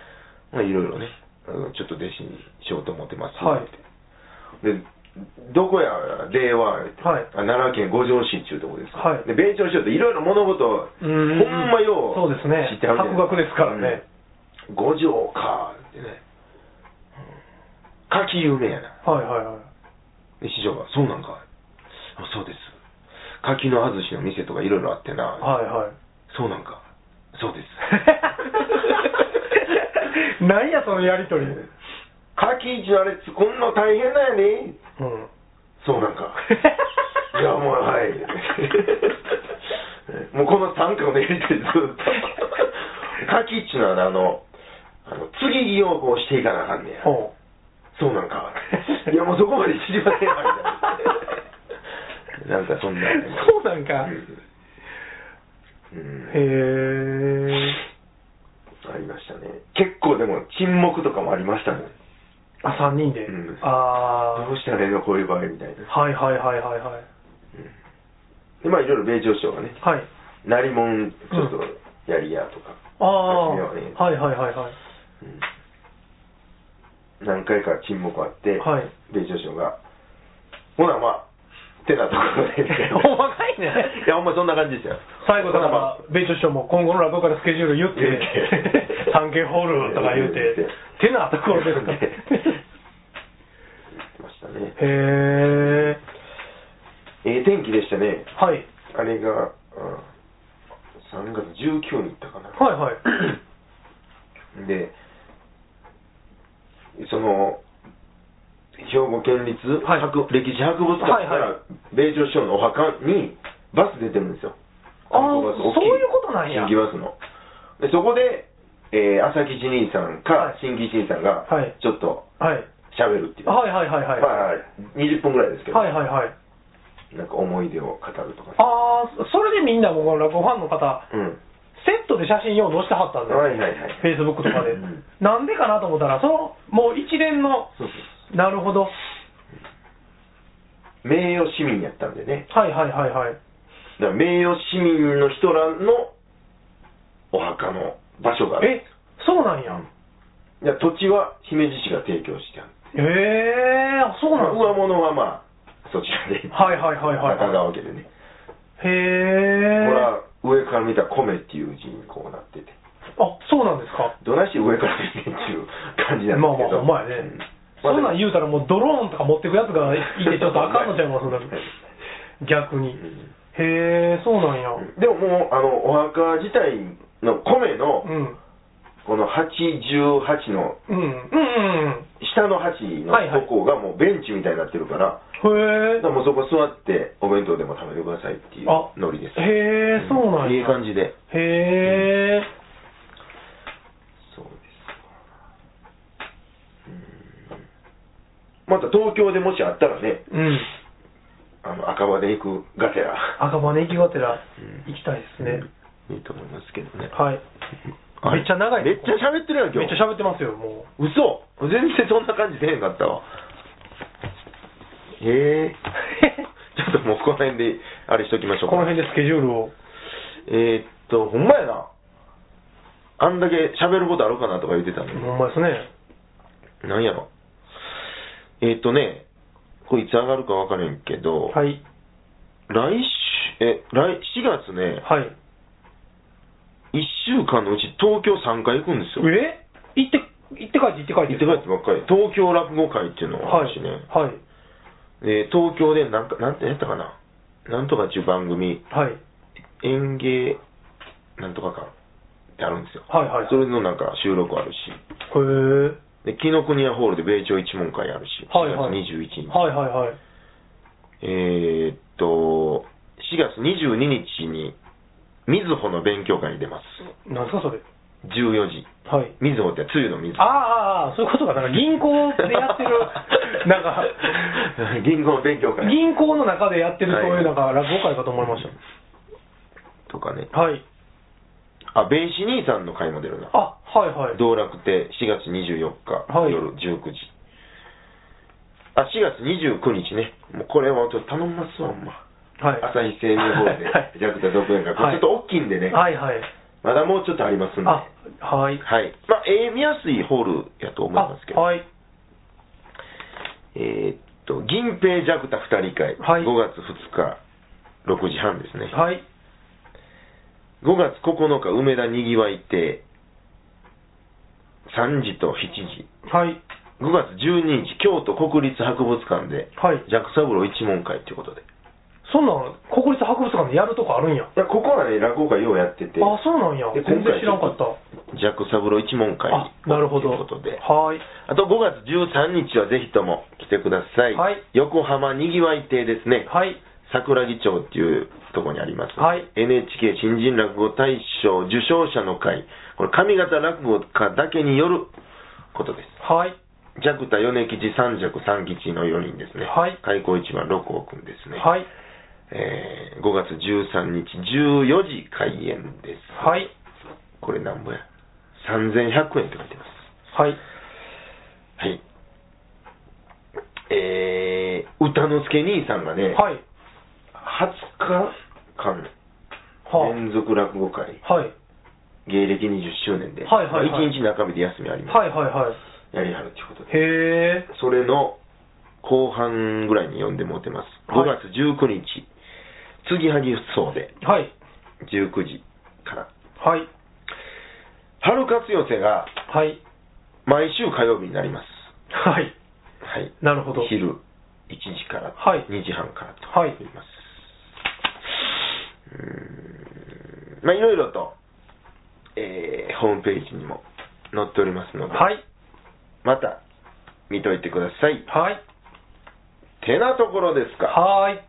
Speaker 1: まあ、いろいろね、あのちょっと弟子にしようと思ってます、
Speaker 2: はい
Speaker 1: で、どこや、令和、
Speaker 2: はい
Speaker 1: あ奈良県五条市っていうとこです、
Speaker 2: はい
Speaker 1: で、米朝市っていろいろ物事、ほ
Speaker 2: うんん
Speaker 1: まよ
Speaker 2: そうですね
Speaker 1: 知ってはるじゃない
Speaker 2: 博学ですからね。
Speaker 1: うん五条か、ってね。柿有名やな。
Speaker 2: はいはいはい。
Speaker 1: で師匠が、そうなんか。あそうです。柿の外しの店とかいろいろあってな。
Speaker 2: はいはい。
Speaker 1: そうなんか。そうです。
Speaker 2: 何やそのやりとり。うん。
Speaker 1: 柿一のあれ作んの大変だよね。そうなん か。いや、もう、はい。もうこの三角のやりとりずっと。柿一のあれあの、あの、継ぎ木をこうしていかなあかんねや。
Speaker 2: ほ
Speaker 1: そうなんか。いや、もうそこまで知りませんわ、 みたいな。なんかそんな。
Speaker 2: そうなんか
Speaker 1: うんうん
Speaker 2: う。へえ。
Speaker 1: ありましたね。結構でも沈黙とかもありましたもん。
Speaker 2: あ、三人で。
Speaker 1: うん
Speaker 2: あ
Speaker 1: どうしたらいいのこういう場合みたいな。
Speaker 2: あ。はいはいはいはいはい。
Speaker 1: で、まあいろいろ米朝省がね、
Speaker 2: はい。
Speaker 1: なりもんちょっとやりやとか、
Speaker 2: ああ。
Speaker 1: 初めは
Speaker 2: はい
Speaker 1: ね
Speaker 2: はいはいは
Speaker 1: う
Speaker 2: い。
Speaker 1: ん何回か沈黙あって、
Speaker 2: はい
Speaker 1: 米朝省が、ほなまあ、ってなところで。
Speaker 2: ほんまかいね
Speaker 1: いや、ほんまそんな感じですよ。
Speaker 2: 最後だか
Speaker 1: ほなまあ
Speaker 2: ら、米朝首相も今後の落語家のスケジュール言っ
Speaker 1: 言うて
Speaker 2: て、三景ホールとか言
Speaker 1: 言
Speaker 2: う
Speaker 1: う
Speaker 2: て
Speaker 1: て、
Speaker 2: てなところですか。
Speaker 1: 言う言ってましたね。
Speaker 2: へえ。
Speaker 1: ええ天気でしたね。
Speaker 2: はい。
Speaker 1: あれが、うん、3月19日だったかな。
Speaker 2: はいは い。
Speaker 1: で、その、兵庫県立博、
Speaker 2: はい
Speaker 1: 歴史博物館か
Speaker 2: はい
Speaker 1: ら、米朝首相のお墓にバス出てるんですよ。
Speaker 2: あー
Speaker 1: 観光バス大き
Speaker 2: そういうことなん
Speaker 1: 新
Speaker 2: や
Speaker 1: 規バスの。で、そこで、えー朝吉兄さんか
Speaker 2: はい、
Speaker 1: 新吉兄さんが
Speaker 2: はい、
Speaker 1: ちょっと
Speaker 2: はい。
Speaker 1: 喋るっていう。
Speaker 2: はいはいはいはい。
Speaker 1: まあ、20分ぐらいですけど、
Speaker 2: はいはいはい。
Speaker 1: なんか思い出を語るとかね。
Speaker 2: ああ、それでみんなもこの落語ファンの方、
Speaker 1: うん。
Speaker 2: セットで写真用載してはったんで、
Speaker 1: はいはいはい
Speaker 2: フェイスブックとかで
Speaker 1: うん。
Speaker 2: なんでかなと思ったら、その、もう一連の
Speaker 1: そうそう
Speaker 2: なるほど。は
Speaker 1: 名誉市民やったんでね。
Speaker 2: いはいはいはい。
Speaker 1: だから名誉市民の人らのお墓の場所があるん
Speaker 2: え
Speaker 1: ですよ、
Speaker 2: そうなんや。
Speaker 1: いや土地は姫路市が提供してある。
Speaker 2: ええー、そうなん
Speaker 1: 上物はまあ、そちらで。
Speaker 2: はいはいはいはい
Speaker 1: 中川家でね。ほ
Speaker 2: へえ。
Speaker 1: ら、上から見た米っていう字にこうなってて。
Speaker 2: あ、そうなんですか。
Speaker 1: どないして上から見てんっていう感じなん
Speaker 2: まあ
Speaker 1: ですけ
Speaker 2: ま
Speaker 1: ど。
Speaker 2: あ、ほんまやね
Speaker 1: う。
Speaker 2: そんなん
Speaker 1: う
Speaker 2: 言うたらもうドローンとか持ってくやつがいてちょっとあかんのちゃい ますだって逆に。
Speaker 1: ん
Speaker 2: へえ、そうなんや。
Speaker 1: んでももう、あの、お墓自体の米の
Speaker 2: う、ん。
Speaker 1: この88の、
Speaker 2: うん。うんうん
Speaker 1: 下の8
Speaker 2: はいは
Speaker 1: の
Speaker 2: い
Speaker 1: とこがもうベンチみたいになってるから、
Speaker 2: うん。へ
Speaker 1: だ
Speaker 2: え
Speaker 1: から。もうそこ座ってお弁当でも食べてくださいっていう
Speaker 2: あ
Speaker 1: ノリです。
Speaker 2: へえ、そうなんや。
Speaker 1: いい感じで。
Speaker 2: へえ。
Speaker 1: そうですか。うんまた東京でもしあったらね、
Speaker 2: うん。
Speaker 1: あの赤羽で行くがてら、
Speaker 2: 赤羽行きがてら
Speaker 1: うん
Speaker 2: 行きたいですね。
Speaker 1: いいと思いますけどね。
Speaker 2: はい。
Speaker 1: あれ
Speaker 2: めっちゃ長い
Speaker 1: めっちゃ喋ってるやん、今
Speaker 2: めっ
Speaker 1: 日。
Speaker 2: ちゃ喋ってますよ、 もう。
Speaker 1: 嘘全然そんな感じ出へんかったわ。へえ。 ちょっともうこの辺で、あれしときましょう
Speaker 2: こ
Speaker 1: か。
Speaker 2: の辺でスケジュールを。
Speaker 1: えー、っと、ほんまやな。あんだけ喋ることあるかなとか言ってたのに。
Speaker 2: ほんまですね。
Speaker 1: なんやろ。えーっとね、これいつ上がるか分からへんけど、
Speaker 2: はい。
Speaker 1: 来週、え、来、4月ね、
Speaker 2: はい。
Speaker 1: 1週間のうち東京3回行くんですよ。
Speaker 2: え行って、行って帰って行って帰っ。
Speaker 1: 行ってて帰ってばっかり。東京落語会っていうのがあるしね。
Speaker 2: はい。はい。
Speaker 1: えー東京でなんか、なんてやったかな。なんとかっていう番組、
Speaker 2: はい。
Speaker 1: 演芸、なんとか館ってあるんですよ。
Speaker 2: はいはい
Speaker 1: それのなんか収録あるし。
Speaker 2: へ
Speaker 1: で、
Speaker 2: え。
Speaker 1: 紀ノ国屋ホールで米朝一問会あるし、
Speaker 2: はいはい。
Speaker 1: 4月21日。
Speaker 2: はいはいはい。
Speaker 1: えーっと、4月22日に、みずほの勉強会に出ます。
Speaker 2: 何ですかそれ。
Speaker 1: 14時。
Speaker 2: はい。
Speaker 1: みずほって梅雨のみず
Speaker 2: あ。あああ、そういうことか。なんか銀行で やってる、なんか、
Speaker 1: 銀行の勉強会
Speaker 2: 銀行の中でやってるそうい
Speaker 1: は
Speaker 2: う
Speaker 1: い
Speaker 2: なんか落語会かと思いまし
Speaker 1: とかね。
Speaker 2: た。はい。
Speaker 1: あ、ベイシ兄さんの会も出るな。
Speaker 2: あ、はいはい。
Speaker 1: 道楽亭4月24日、
Speaker 2: はい
Speaker 1: 夜19時。あ、4月29日ね。もうこれはちょっと頼みますわ、ほんま。
Speaker 2: はい。
Speaker 1: 朝日生命ホールで
Speaker 2: はい、
Speaker 1: ジャクタ独演会。こ
Speaker 2: は
Speaker 1: れ
Speaker 2: い
Speaker 1: ちょっと大きいんでね。
Speaker 2: はいはい。
Speaker 1: まだもうちょっとありますんで。は
Speaker 2: あ、はい。
Speaker 1: い。まあ、ええ見やすいホールやと思いますけ
Speaker 2: あ
Speaker 1: ど。
Speaker 2: はい。
Speaker 1: えーっと、銀平ジャクタ2人会、
Speaker 2: はい
Speaker 1: 5月2日、6時半ですね。
Speaker 2: はい。
Speaker 1: 5月9日、梅田にぎわい亭、3時と7時。
Speaker 2: はい。
Speaker 1: 5月12日、京都国立博物館で、
Speaker 2: はい。
Speaker 1: ジャック・サブロー一門会ということで。い
Speaker 2: そんなん、国立博物館でやるとこあるんや。あ、
Speaker 1: や、ここはね、落語会ようやってて、
Speaker 2: そうなんや。
Speaker 1: で
Speaker 2: 全然知らんかっ
Speaker 1: 今
Speaker 2: た。
Speaker 1: ジャック・サブロー一門会
Speaker 2: あ、なるほど。
Speaker 1: ということで。
Speaker 2: はい。
Speaker 1: あと5月13日はぜひとも来てください。
Speaker 2: はい
Speaker 1: 横浜にぎわい亭ですね。
Speaker 2: はい。
Speaker 1: 桜木町っていうとこにあります、
Speaker 2: はい
Speaker 1: NHK 新人落語大賞受賞者の会これ上方落語家だけによることです
Speaker 2: はい。
Speaker 1: 弱田米吉三尺三吉の4人ですね、
Speaker 2: はい
Speaker 1: 開口一番六王くんですね、
Speaker 2: はい。
Speaker 1: えー5月13日14時開演です
Speaker 2: はい。
Speaker 1: これなんぼや3100円って書いてます
Speaker 2: はい。
Speaker 1: はいえー、歌之助兄さんがね、
Speaker 2: はい。
Speaker 1: 20日間
Speaker 2: は
Speaker 1: 連続落語会
Speaker 2: あ。はい。
Speaker 1: 芸歴20周年で、
Speaker 2: はいはいはい
Speaker 1: まあ一日中日で休みあります、
Speaker 2: はいはいはい。
Speaker 1: やりはるっていうことで、
Speaker 2: へえ。
Speaker 1: それの後半ぐらいに読んでもうてます、
Speaker 2: はい
Speaker 1: 5月19日、継ぎはぎそうで、
Speaker 2: はい。
Speaker 1: 19時から、
Speaker 2: はい。
Speaker 1: 春活寄せが
Speaker 2: はい。
Speaker 1: 毎週火曜日になります、
Speaker 2: はい。
Speaker 1: はい、
Speaker 2: なるほど。はい。
Speaker 1: 昼1時から、
Speaker 2: はい
Speaker 1: 2時半からと
Speaker 2: はい
Speaker 1: 言います。うーんまあ、いろいろと、えーホームページにも載っておりますので、
Speaker 2: はい。
Speaker 1: また見といてください。
Speaker 2: はい。
Speaker 1: てなところですか。
Speaker 2: はい。